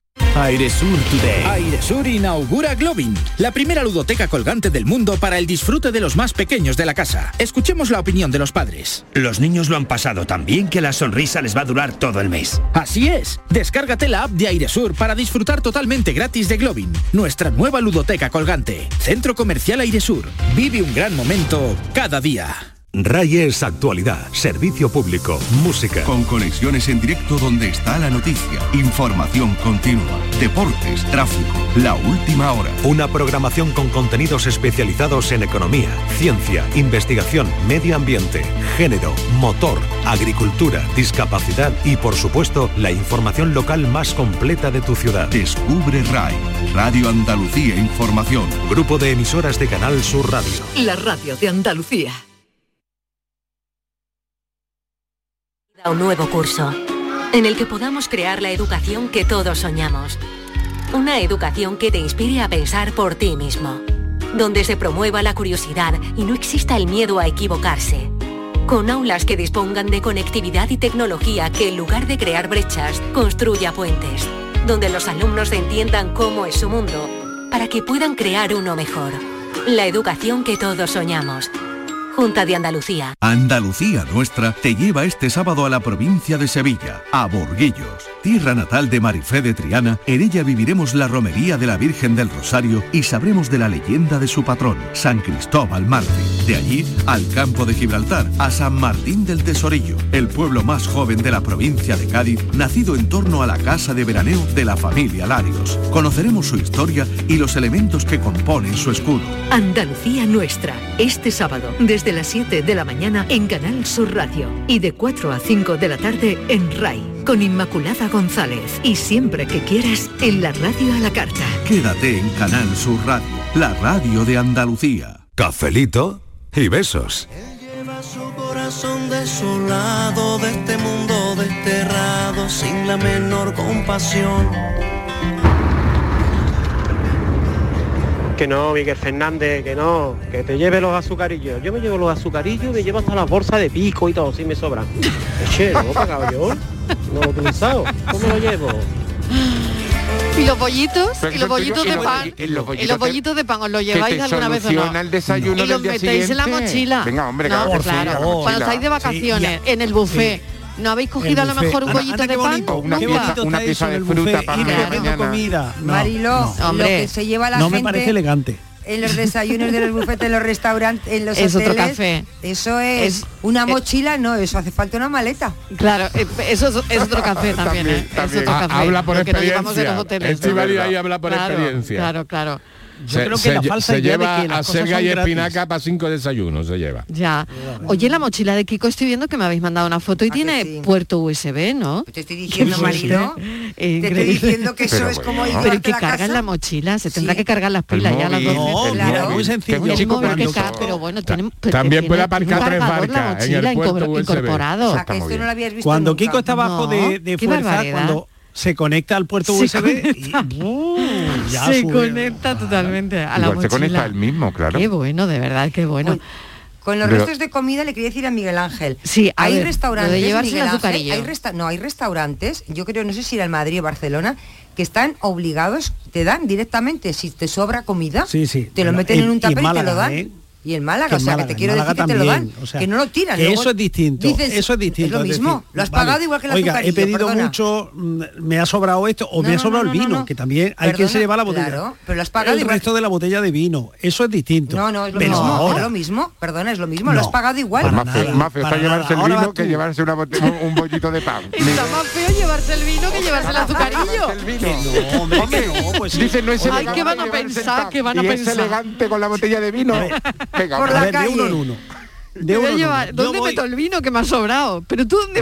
Speaker 20: Airesur Today. Airesur inaugura Globin, la primera ludoteca colgante del mundo para el disfrute de los más pequeños de la casa. Escuchemos la opinión de los padres.
Speaker 23: Los niños lo han pasado tan bien que la sonrisa les va a durar todo el mes.
Speaker 20: Así es, descárgate la app de Airesur para disfrutar totalmente gratis de Globin, nuestra nueva ludoteca colgante. Centro Comercial Airesur. Vive un gran momento cada día.
Speaker 19: Rayes Actualidad, servicio público, música.
Speaker 24: Con conexiones en directo donde está la noticia, información continua, deportes, tráfico, la última hora.
Speaker 19: Una programación con contenidos especializados en economía, ciencia, investigación, medio ambiente, género, motor, agricultura, discapacidad y, por supuesto, la información local más completa de tu ciudad.
Speaker 24: Descubre RAI, Radio Andalucía Información.
Speaker 19: Grupo de emisoras de Canal Sur Radio.
Speaker 38: La radio de Andalucía.
Speaker 24: a un nuevo curso, en el que podamos crear la educación que todos soñamos. Una educación que te inspire a pensar por ti mismo, donde se promueva la curiosidad y no exista el miedo a equivocarse. Con aulas que dispongan de conectividad y tecnología que en lugar de crear brechas, construya puentes, donde los alumnos entiendan cómo es su mundo, para que puedan crear uno mejor. La educación que todos soñamos. Junta de Andalucía. Andalucía Nuestra te lleva este sábado a la provincia de Sevilla, a Borguillos, tierra natal de Marifé de Triana. En ella viviremos la romería de la Virgen del Rosario y sabremos de la leyenda de su patrón, San Cristóbal Mártir. De allí al campo de Gibraltar, a San Martín del Tesorillo, el pueblo más joven de la provincia de Cádiz, nacido en torno a la casa de veraneo de la familia Larios. Conoceremos su historia y los elementos que componen su escudo.
Speaker 38: Andalucía Nuestra, este sábado, desde las 7 de la mañana en Canal Sur Radio y de 4 a 5 de la tarde en RAI, con Inmaculada González y siempre que quieras en la radio a la carta.
Speaker 24: Quédate en Canal Sur Radio, la radio de Andalucía.
Speaker 19: Cafelito y besos.
Speaker 1: Corazón desolado de este mundo desterrado sin la menor compasión.
Speaker 39: Que no, Miguel Fernández, que no, que te lleve los azucarillos. Yo me llevo los azucarillos y me llevo hasta las bolsas de pico y todo, si me sobran. Che, no lo he pagado yo, no lo he utilizado. ¿Cómo lo llevo?
Speaker 3: ¿Y los bollitos? ¿Y los bollitos de
Speaker 4: Y los
Speaker 3: pan?
Speaker 4: bolli-
Speaker 3: ¿Y
Speaker 4: y los bollitos
Speaker 3: los
Speaker 4: que-
Speaker 3: bollitos de pan os los lleváis alguna vez o no?
Speaker 4: soluciona el desayuno
Speaker 3: y
Speaker 4: del
Speaker 3: los
Speaker 4: día
Speaker 3: metéis en la
Speaker 4: siguiente.
Speaker 3: mochila.
Speaker 4: Venga, hombre,
Speaker 3: No,
Speaker 4: claro, por
Speaker 3: claro.
Speaker 4: favor,
Speaker 3: Cuando
Speaker 4: mochila.
Speaker 3: estáis de vacaciones, en el buffet, ¿no habéis cogido a lo mejor un bollito de pan?
Speaker 4: Una pieza, una pieza de
Speaker 7: eh,
Speaker 4: fruta para media mañana.
Speaker 40: comida. No,
Speaker 8: Mariló,
Speaker 40: no.
Speaker 8: lo que se lleva la
Speaker 40: No me
Speaker 8: gente
Speaker 40: parece elegante.
Speaker 8: en los desayunos de los bufetes, en los restaurantes, en los
Speaker 3: Es otro
Speaker 8: hoteles.
Speaker 3: café.
Speaker 8: Eso es,
Speaker 3: Es-
Speaker 8: una
Speaker 3: es-
Speaker 8: mochila, no, eso hace falta una maleta.
Speaker 3: Claro, eh, eso es, es otro café también, ¿eh? Es otro
Speaker 6: Ha-
Speaker 3: café.
Speaker 6: habla por
Speaker 3: lo que nos llevamos de
Speaker 6: experiencia.
Speaker 3: los hoteles.
Speaker 6: Estivali ahí habla por
Speaker 3: Claro,
Speaker 6: experiencia.
Speaker 3: Claro, claro.
Speaker 7: Yo creo que la
Speaker 6: lle-
Speaker 7: falsa
Speaker 6: se
Speaker 7: idea de
Speaker 6: lleva
Speaker 7: que las
Speaker 6: a
Speaker 7: cosas
Speaker 6: cerga
Speaker 7: son
Speaker 6: y
Speaker 7: gratis.
Speaker 6: espinaca para cinco desayunos se lleva.
Speaker 3: Ya. Oye, la mochila de Kiko estoy viendo que me habéis mandado una foto y tiene puerto USB, ¿no?
Speaker 8: Ah, Te estoy diciendo, marido,
Speaker 3: Te
Speaker 8: estoy diciendo que eso Pero es bueno. como llevarte
Speaker 3: Pero ¿y que
Speaker 8: la
Speaker 3: cargas
Speaker 8: casa?
Speaker 3: la mochila, se tendrá que cargar las pilas ya a las
Speaker 6: móvil,
Speaker 3: 12.
Speaker 6: el No, móvil, muy sencillo. que es un
Speaker 3: El
Speaker 6: chico
Speaker 3: móvil que
Speaker 6: cuando-
Speaker 3: carga, pero bueno, tiene, pero
Speaker 6: También
Speaker 3: Pues tiene-
Speaker 6: puede
Speaker 3: tiene un
Speaker 6: aparcar
Speaker 3: cargador
Speaker 6: tres
Speaker 3: la
Speaker 6: barcas en
Speaker 3: mochila
Speaker 6: el puerto
Speaker 3: incorpor-
Speaker 6: USB.
Speaker 3: incorporado.
Speaker 6: Eso está muy bien.
Speaker 7: Cuando Kiko está abajo
Speaker 3: No,
Speaker 7: de, de
Speaker 3: qué
Speaker 7: fuerza,
Speaker 3: barbaridad.
Speaker 7: cuando se conecta al puerto
Speaker 3: Se
Speaker 7: USB,
Speaker 3: conecta.
Speaker 7: ya
Speaker 3: se
Speaker 7: sube.
Speaker 3: conecta totalmente a la
Speaker 4: Igual se conecta
Speaker 3: mochila.
Speaker 4: el mismo, claro.
Speaker 3: Qué bueno, de verdad, qué bueno.
Speaker 8: Con los
Speaker 4: Pero-
Speaker 8: restos de comida le quería decir a Miguel Ángel.
Speaker 3: Sí, a
Speaker 8: hay
Speaker 3: ver,
Speaker 8: restaurantes.
Speaker 3: lo de llevarse
Speaker 8: Miguel
Speaker 3: el
Speaker 8: Ángel,
Speaker 3: azucarillo.
Speaker 8: hay resta- no, hay restaurantes, yo creo, no sé si era en Madrid o Barcelona, que están obligados, te dan directamente, si te sobra comida,
Speaker 7: Sí, sí.
Speaker 8: te lo
Speaker 7: Bueno,
Speaker 8: meten
Speaker 7: y-
Speaker 8: en
Speaker 7: y
Speaker 8: un
Speaker 7: en
Speaker 8: tapete y te
Speaker 7: Málaga,
Speaker 8: lo dan.
Speaker 7: ¿eh?
Speaker 8: Y en Málaga,
Speaker 7: Que
Speaker 8: o
Speaker 7: en
Speaker 8: sea,
Speaker 7: Málaga,
Speaker 8: que te quiero
Speaker 7: en
Speaker 8: decir
Speaker 7: Málaga
Speaker 8: que te lo dan,
Speaker 7: también, o sea,
Speaker 8: que no lo tiran.
Speaker 7: que
Speaker 8: luego
Speaker 7: eso es distinto.
Speaker 8: dices,
Speaker 7: eso es distinto.
Speaker 8: Es lo mismo,
Speaker 7: decir,
Speaker 8: lo has
Speaker 7: vale,
Speaker 8: pagado igual que la
Speaker 7: Oiga, he
Speaker 8: azucarillo,
Speaker 7: pedido
Speaker 8: perdona.
Speaker 7: mucho, mm, me ha sobrado esto o
Speaker 8: No,
Speaker 7: me ha
Speaker 8: no,
Speaker 7: sobrado
Speaker 8: no,
Speaker 7: el
Speaker 8: no,
Speaker 7: vino,
Speaker 8: no.
Speaker 7: que también hay quien se
Speaker 8: Perdona,
Speaker 7: lleva la botella.
Speaker 8: claro, pero lo has pagado
Speaker 7: El
Speaker 8: igual.
Speaker 7: resto de la botella de vino, eso es distinto.
Speaker 8: No, no, es lo
Speaker 7: Pero
Speaker 8: mismo,
Speaker 7: ahora-
Speaker 8: es lo mismo, perdona, es lo mismo, lo
Speaker 7: No,
Speaker 8: has pagado igual.
Speaker 4: Pues más, feo, más feo está
Speaker 7: para
Speaker 4: llevarse
Speaker 7: nada.
Speaker 4: el
Speaker 7: Ahora
Speaker 4: vino
Speaker 7: vas
Speaker 4: que
Speaker 7: tú.
Speaker 4: llevarse una bote- un, un bollito de pan.
Speaker 3: Está más feo llevarse el vino que llevarse el azucarillo.
Speaker 4: Dice, no es
Speaker 3: Ay,
Speaker 4: elegante
Speaker 3: ¿qué van a
Speaker 4: llevarse el
Speaker 3: pensar?
Speaker 4: pan.
Speaker 3: ¿Qué van a
Speaker 4: y
Speaker 3: pensar?
Speaker 4: es elegante con la botella de vino. Venga,
Speaker 3: Por
Speaker 4: hombre.
Speaker 3: la A ver, de calle. uno en uno. Voy
Speaker 7: De
Speaker 3: a
Speaker 7: uno en
Speaker 3: llevar-
Speaker 7: uno. Yo
Speaker 3: ¿Dónde
Speaker 7: voy-
Speaker 3: meto el vino que me ha sobrado? Pero tú dónde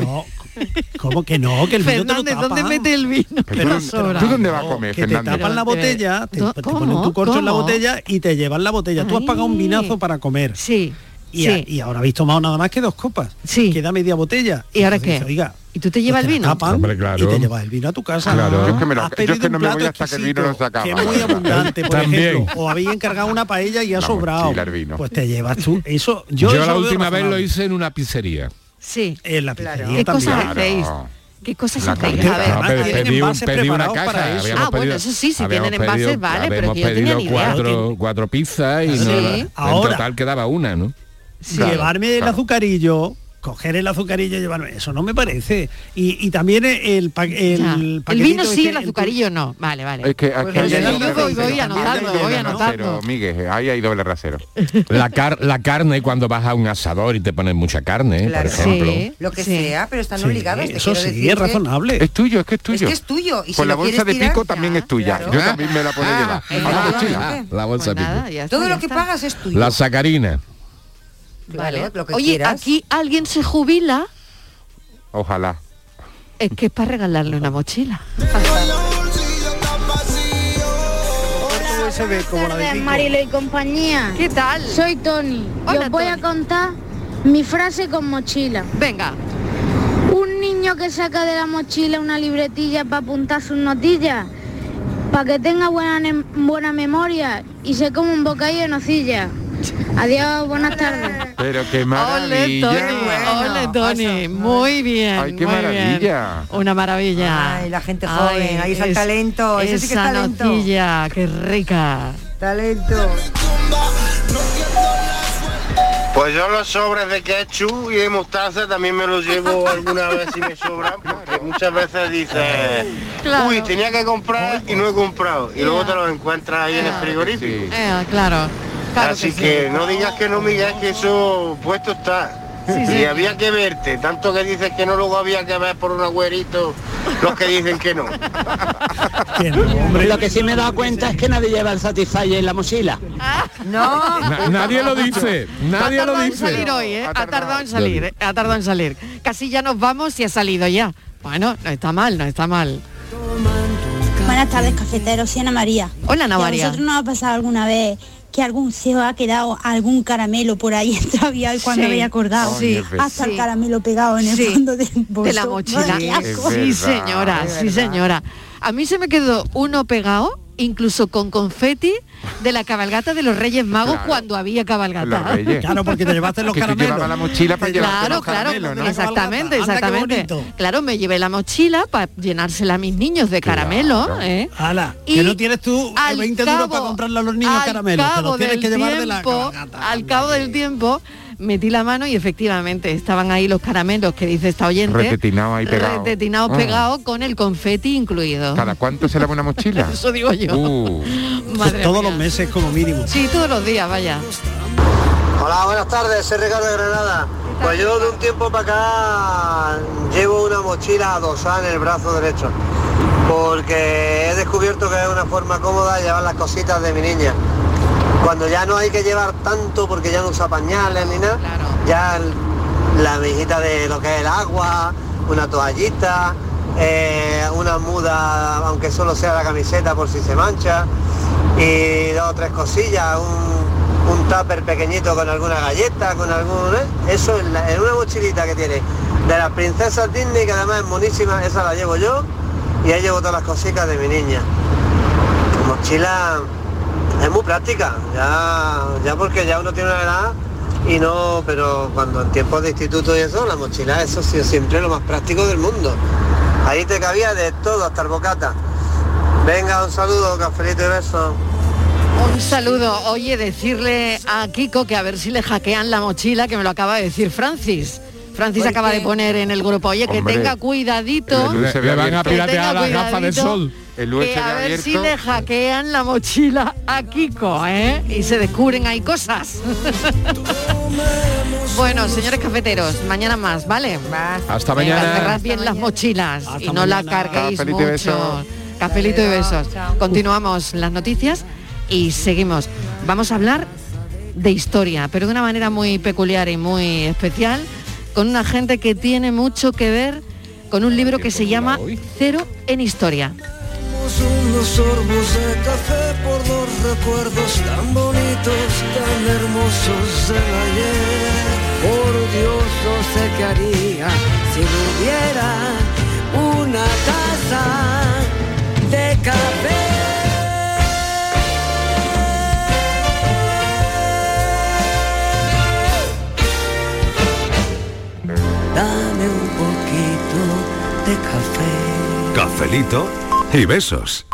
Speaker 7: ¿Cómo que no? Que el vino te
Speaker 3: Fernández,
Speaker 7: lo tapa.
Speaker 3: ¿dónde mete el vino que me ha sobrado?
Speaker 7: vas a comer, Que te
Speaker 4: Fernández?
Speaker 7: tapan
Speaker 3: Pero
Speaker 7: la
Speaker 3: te-
Speaker 7: botella, te,
Speaker 3: ¿Cómo?
Speaker 7: te ponen tu corcho en la
Speaker 3: ¿Cómo?
Speaker 7: botella y te llevan la botella. Tú has pagado un vinazo para comer.
Speaker 3: Sí.
Speaker 7: Y, a-
Speaker 3: sí.
Speaker 7: y ahora habéis tomado nada más que dos copas.
Speaker 3: Sí.
Speaker 7: Queda media botella.
Speaker 3: ¿Y ahora
Speaker 7: Entonces,
Speaker 3: qué?
Speaker 7: Oiga, pues
Speaker 3: ¿Y tú te llevas el
Speaker 7: te la
Speaker 3: vino?
Speaker 7: tapan y te llevas el vino a tu casa.
Speaker 4: Claro, yo es que me lo-
Speaker 7: Has
Speaker 4: yo es
Speaker 7: pedido
Speaker 4: que
Speaker 7: un
Speaker 4: no me voy
Speaker 7: plato
Speaker 4: hasta que el vino no se
Speaker 7: exquisito,
Speaker 4: acaba.
Speaker 7: Que es muy abundante, por
Speaker 6: También.
Speaker 7: ejemplo. O habéis encargado una paella y ha sobrado.
Speaker 4: mochila, el vino.
Speaker 7: Pues te llevas tú. Eso,
Speaker 6: Yo,
Speaker 7: yo, eso
Speaker 6: la
Speaker 7: veo
Speaker 6: última vez lo
Speaker 7: razonable.
Speaker 6: hice en una pizzería.
Speaker 3: Sí.
Speaker 7: En la pizzería
Speaker 3: ¿Qué
Speaker 7: también.
Speaker 3: cosas hacéis? ¿Qué cosas
Speaker 6: La
Speaker 3: hacéis?
Speaker 6: cantidad.
Speaker 3: A ver,
Speaker 6: No, pero
Speaker 3: ¿tienen
Speaker 6: pedí, un-
Speaker 3: envases
Speaker 6: pedí una
Speaker 3: preparados
Speaker 6: caja.
Speaker 3: para eso?
Speaker 6: habíamos
Speaker 3: Ah, bueno,
Speaker 6: pedido-
Speaker 3: eso sí, si
Speaker 6: habíamos
Speaker 3: tienen envases,
Speaker 6: pedido-
Speaker 3: vale, pero
Speaker 6: habíamos
Speaker 3: que yo no tenía
Speaker 6: pedido
Speaker 3: ni idea.
Speaker 6: cuatro, cuatro pizzas y
Speaker 7: Sí.
Speaker 6: no,
Speaker 7: Sí.
Speaker 6: en
Speaker 7: Ahora.
Speaker 6: total quedaba una, ¿no?
Speaker 7: Sí, llevarme el azucarillo coger el azucarillo y llevarme eso no me parece y, y también el pa-
Speaker 3: Ya.
Speaker 7: el,
Speaker 3: El vino
Speaker 7: paquetito
Speaker 3: sí,
Speaker 7: este,
Speaker 3: el
Speaker 7: el tu-
Speaker 3: azucarillo no. Vale, vale.
Speaker 4: Es que aquí
Speaker 3: Pero
Speaker 4: hay-
Speaker 3: yo
Speaker 4: hay
Speaker 3: no- yo voy,
Speaker 4: doble rasero.
Speaker 3: voy anotando,
Speaker 4: Hay
Speaker 3: voy
Speaker 4: doble
Speaker 3: anotando.
Speaker 4: rasero, Miguel, ahí hay doble rasero.
Speaker 6: La, car- la carne cuando vas a un asador y te ponen mucha carne, ¿eh?
Speaker 8: Claro.
Speaker 6: por ejemplo.
Speaker 8: Lo que sea, pero están
Speaker 7: Sí,
Speaker 8: obligados. te
Speaker 7: eso
Speaker 8: quiero
Speaker 7: sí
Speaker 8: decir
Speaker 7: es
Speaker 8: que-
Speaker 7: razonable
Speaker 4: Es tuyo, es que es tuyo.
Speaker 8: que es tuyo, y si
Speaker 4: Pues la
Speaker 8: lo
Speaker 4: bolsa
Speaker 8: quieres
Speaker 4: de
Speaker 8: tirar,
Speaker 4: pico también es tuya. Yo también me la puedo llevar. A la mochila.
Speaker 6: Ah. La
Speaker 3: Pues
Speaker 6: bolsa de pico.
Speaker 8: Todo lo que pagas es tuyo.
Speaker 6: La sacarina.
Speaker 8: Vale. Lo que
Speaker 3: Oye,
Speaker 8: quieras.
Speaker 3: aquí alguien se jubila,
Speaker 4: Ojalá.
Speaker 3: es que es para regalarle una mochila.
Speaker 7: USB como la de
Speaker 41: tardes,
Speaker 7: Kiko.
Speaker 41: Marilo y compañía. ¿Qué tal? Soy Tony. Y os voy a contar mi frase con mochila. Venga. Un niño que saca de la mochila una libretilla para apuntar sus notillas, para que tenga buena, ne- buena memoria y se come un bocadillo de nocilla. Adiós, buenas tardes.
Speaker 4: Pero qué
Speaker 3: Ole, Tony,
Speaker 4: maravilla.
Speaker 3: ole, Tony. Muy bien,
Speaker 4: Ay, qué
Speaker 3: muy bien.
Speaker 4: maravilla.
Speaker 3: Una maravilla. Ay,
Speaker 8: la gente joven, ahí está el talento, eso sí que es
Speaker 3: esa
Speaker 8: talento.
Speaker 3: nocilla, qué rica.
Speaker 8: Talento.
Speaker 42: Pues yo los sobres de ketchup y de mostaza también me los llevo alguna vez si me sobran, porque muchas veces dices,
Speaker 3: Claro.
Speaker 42: uy, tenía que comprar y no he comprado, y luego te los encuentras ahí en el frigorífico.
Speaker 3: Eh, claro. claro
Speaker 42: Así
Speaker 3: sí.
Speaker 42: que no digas que no, Miguel, que eso puesto está.
Speaker 3: Sí,
Speaker 42: y
Speaker 3: sí.
Speaker 42: había que verte, tanto que dices que no, luego había que ver por un agüerito los que dicen que no.
Speaker 43: Lo que sí me he dado cuenta es que nadie lleva el Satisfyer en la mochila.
Speaker 8: No.
Speaker 6: Na- nadie lo dice, nadie
Speaker 3: ha
Speaker 6: lo
Speaker 3: tardado en
Speaker 6: dice.
Speaker 3: salir hoy, ¿eh? Ha tardado en salir, ¿eh? ha tardado en salir. Casi ya nos vamos y ha salido ya. Bueno, no está mal, no está mal.
Speaker 10: Buenas tardes, cafeteros y Ana María.
Speaker 3: Hola, Ana
Speaker 10: ¿Y
Speaker 3: María.
Speaker 10: ¿A vosotros no ha pasado alguna vez que algún se os ha quedado algún caramelo por ahí extraviado y cuando
Speaker 3: Sí.
Speaker 10: habéis acordado?
Speaker 3: Sí.
Speaker 10: Hasta
Speaker 3: Sí.
Speaker 10: el caramelo pegado en el
Speaker 3: Sí.
Speaker 10: fondo del bolso.
Speaker 3: de la mochila.
Speaker 10: Qué asco.
Speaker 3: Sí, señora,
Speaker 10: Es
Speaker 3: sí,
Speaker 10: verdad.
Speaker 3: señora. A mí se me quedó uno pegado, incluso con confeti, de la cabalgata de los Reyes Magos
Speaker 4: Claro.
Speaker 3: cuando había cabalgata.
Speaker 7: claro porque te llevaste los
Speaker 4: Que tú
Speaker 7: caramelos
Speaker 4: llevabas la mochila para llevarte
Speaker 3: Claro,
Speaker 4: los
Speaker 3: claro,
Speaker 4: caramelos, ¿no?
Speaker 3: exactamente,
Speaker 7: Anda, qué
Speaker 3: exactamente.
Speaker 7: bonito.
Speaker 3: Claro, me llevé la mochila para llenársela a mis niños de caramelo, ¿eh?
Speaker 7: Ala,
Speaker 3: Y
Speaker 7: que no tienes tú
Speaker 3: al
Speaker 7: 20 duros para
Speaker 3: cabo-
Speaker 7: comprarle a los niños
Speaker 3: al
Speaker 7: caramelos, te
Speaker 3: cabo
Speaker 7: los tienes
Speaker 3: del
Speaker 7: que llevar de la
Speaker 3: tiempo, Al cabo del tiempo metí la mano y efectivamente estaban ahí los caramelos que dice esta oyente.
Speaker 4: Retetinados ahí pegados.
Speaker 3: Retetinados
Speaker 4: Ah.
Speaker 3: pegados con el confeti incluido.
Speaker 4: ¿Cada cuánto se lava una mochila?
Speaker 3: Eso digo yo.
Speaker 4: Uh.
Speaker 3: Madre
Speaker 7: todos
Speaker 3: mía.
Speaker 7: los meses como mínimo
Speaker 3: Sí, todos los días, vaya.
Speaker 42: Hola, buenas tardes, soy Ricardo de Granada. Pues yo de un tiempo para acá llevo una mochila adosada en el brazo derecho.
Speaker 44: porque he descubierto que es una forma cómoda de llevar las cositas de mi niña. Cuando ya no hay que llevar tanto porque ya no usa pañales ni nada, ya el- la vejita de lo que es el agua, una toallita, eh, una muda, aunque solo sea la camiseta por si se mancha, y dos o tres cosillas, un, un tupper pequeñito con alguna galleta, con algún... ¿eh? Eso en, la- en una mochilita que tiene. De las princesas Disney, que además es monísima, esa la llevo yo, y ahí llevo todas las cositas de mi niña. Mochila es muy práctica, ya, ya porque ya uno tiene una edad y no, pero cuando en tiempos de instituto y eso, la mochila eso ha sido siempre lo más práctico del mundo. Ahí te cabía de todo hasta el bocata. Venga, un saludo, cafelito y besos.
Speaker 3: Un saludo. Oye, decirle a Kiko que a ver si le hackean la mochila, que me lo acaba de decir Francis. Francis
Speaker 45: ¿Por
Speaker 3: acaba
Speaker 45: qué?
Speaker 3: de poner en el grupo, oye,
Speaker 46: Hombre.
Speaker 3: que tenga cuidadito.
Speaker 46: El USB
Speaker 4: Le van a
Speaker 46: abierto.
Speaker 4: piratear las gafas de sol.
Speaker 46: El USB
Speaker 3: Que a ver si
Speaker 46: abierto.
Speaker 3: le hackean la mochila a Kiko, ¿eh? Y se descubren ahí cosas. bueno, señores cafeteros, mañana más, ¿vale?
Speaker 4: Hasta
Speaker 3: Venga,
Speaker 4: mañana.
Speaker 3: cerrad bien las mochilas y no la carguéis
Speaker 4: Cafelito y
Speaker 3: mucho.
Speaker 4: besos.
Speaker 3: Cafelito y besos. Continuamos las noticias y seguimos. Vamos a hablar de historia, pero de una manera muy peculiar y muy especial, con una gente que tiene mucho que ver con un libro que se llama Cero en Historia.
Speaker 1: Unos sorbos de café por dos recuerdos tan bonitos, tan hermosos del ayer. Por Dios, no sé qué haría si no hubiera una taza de café. Dame un poquito de café.
Speaker 19: Cafelito y besos.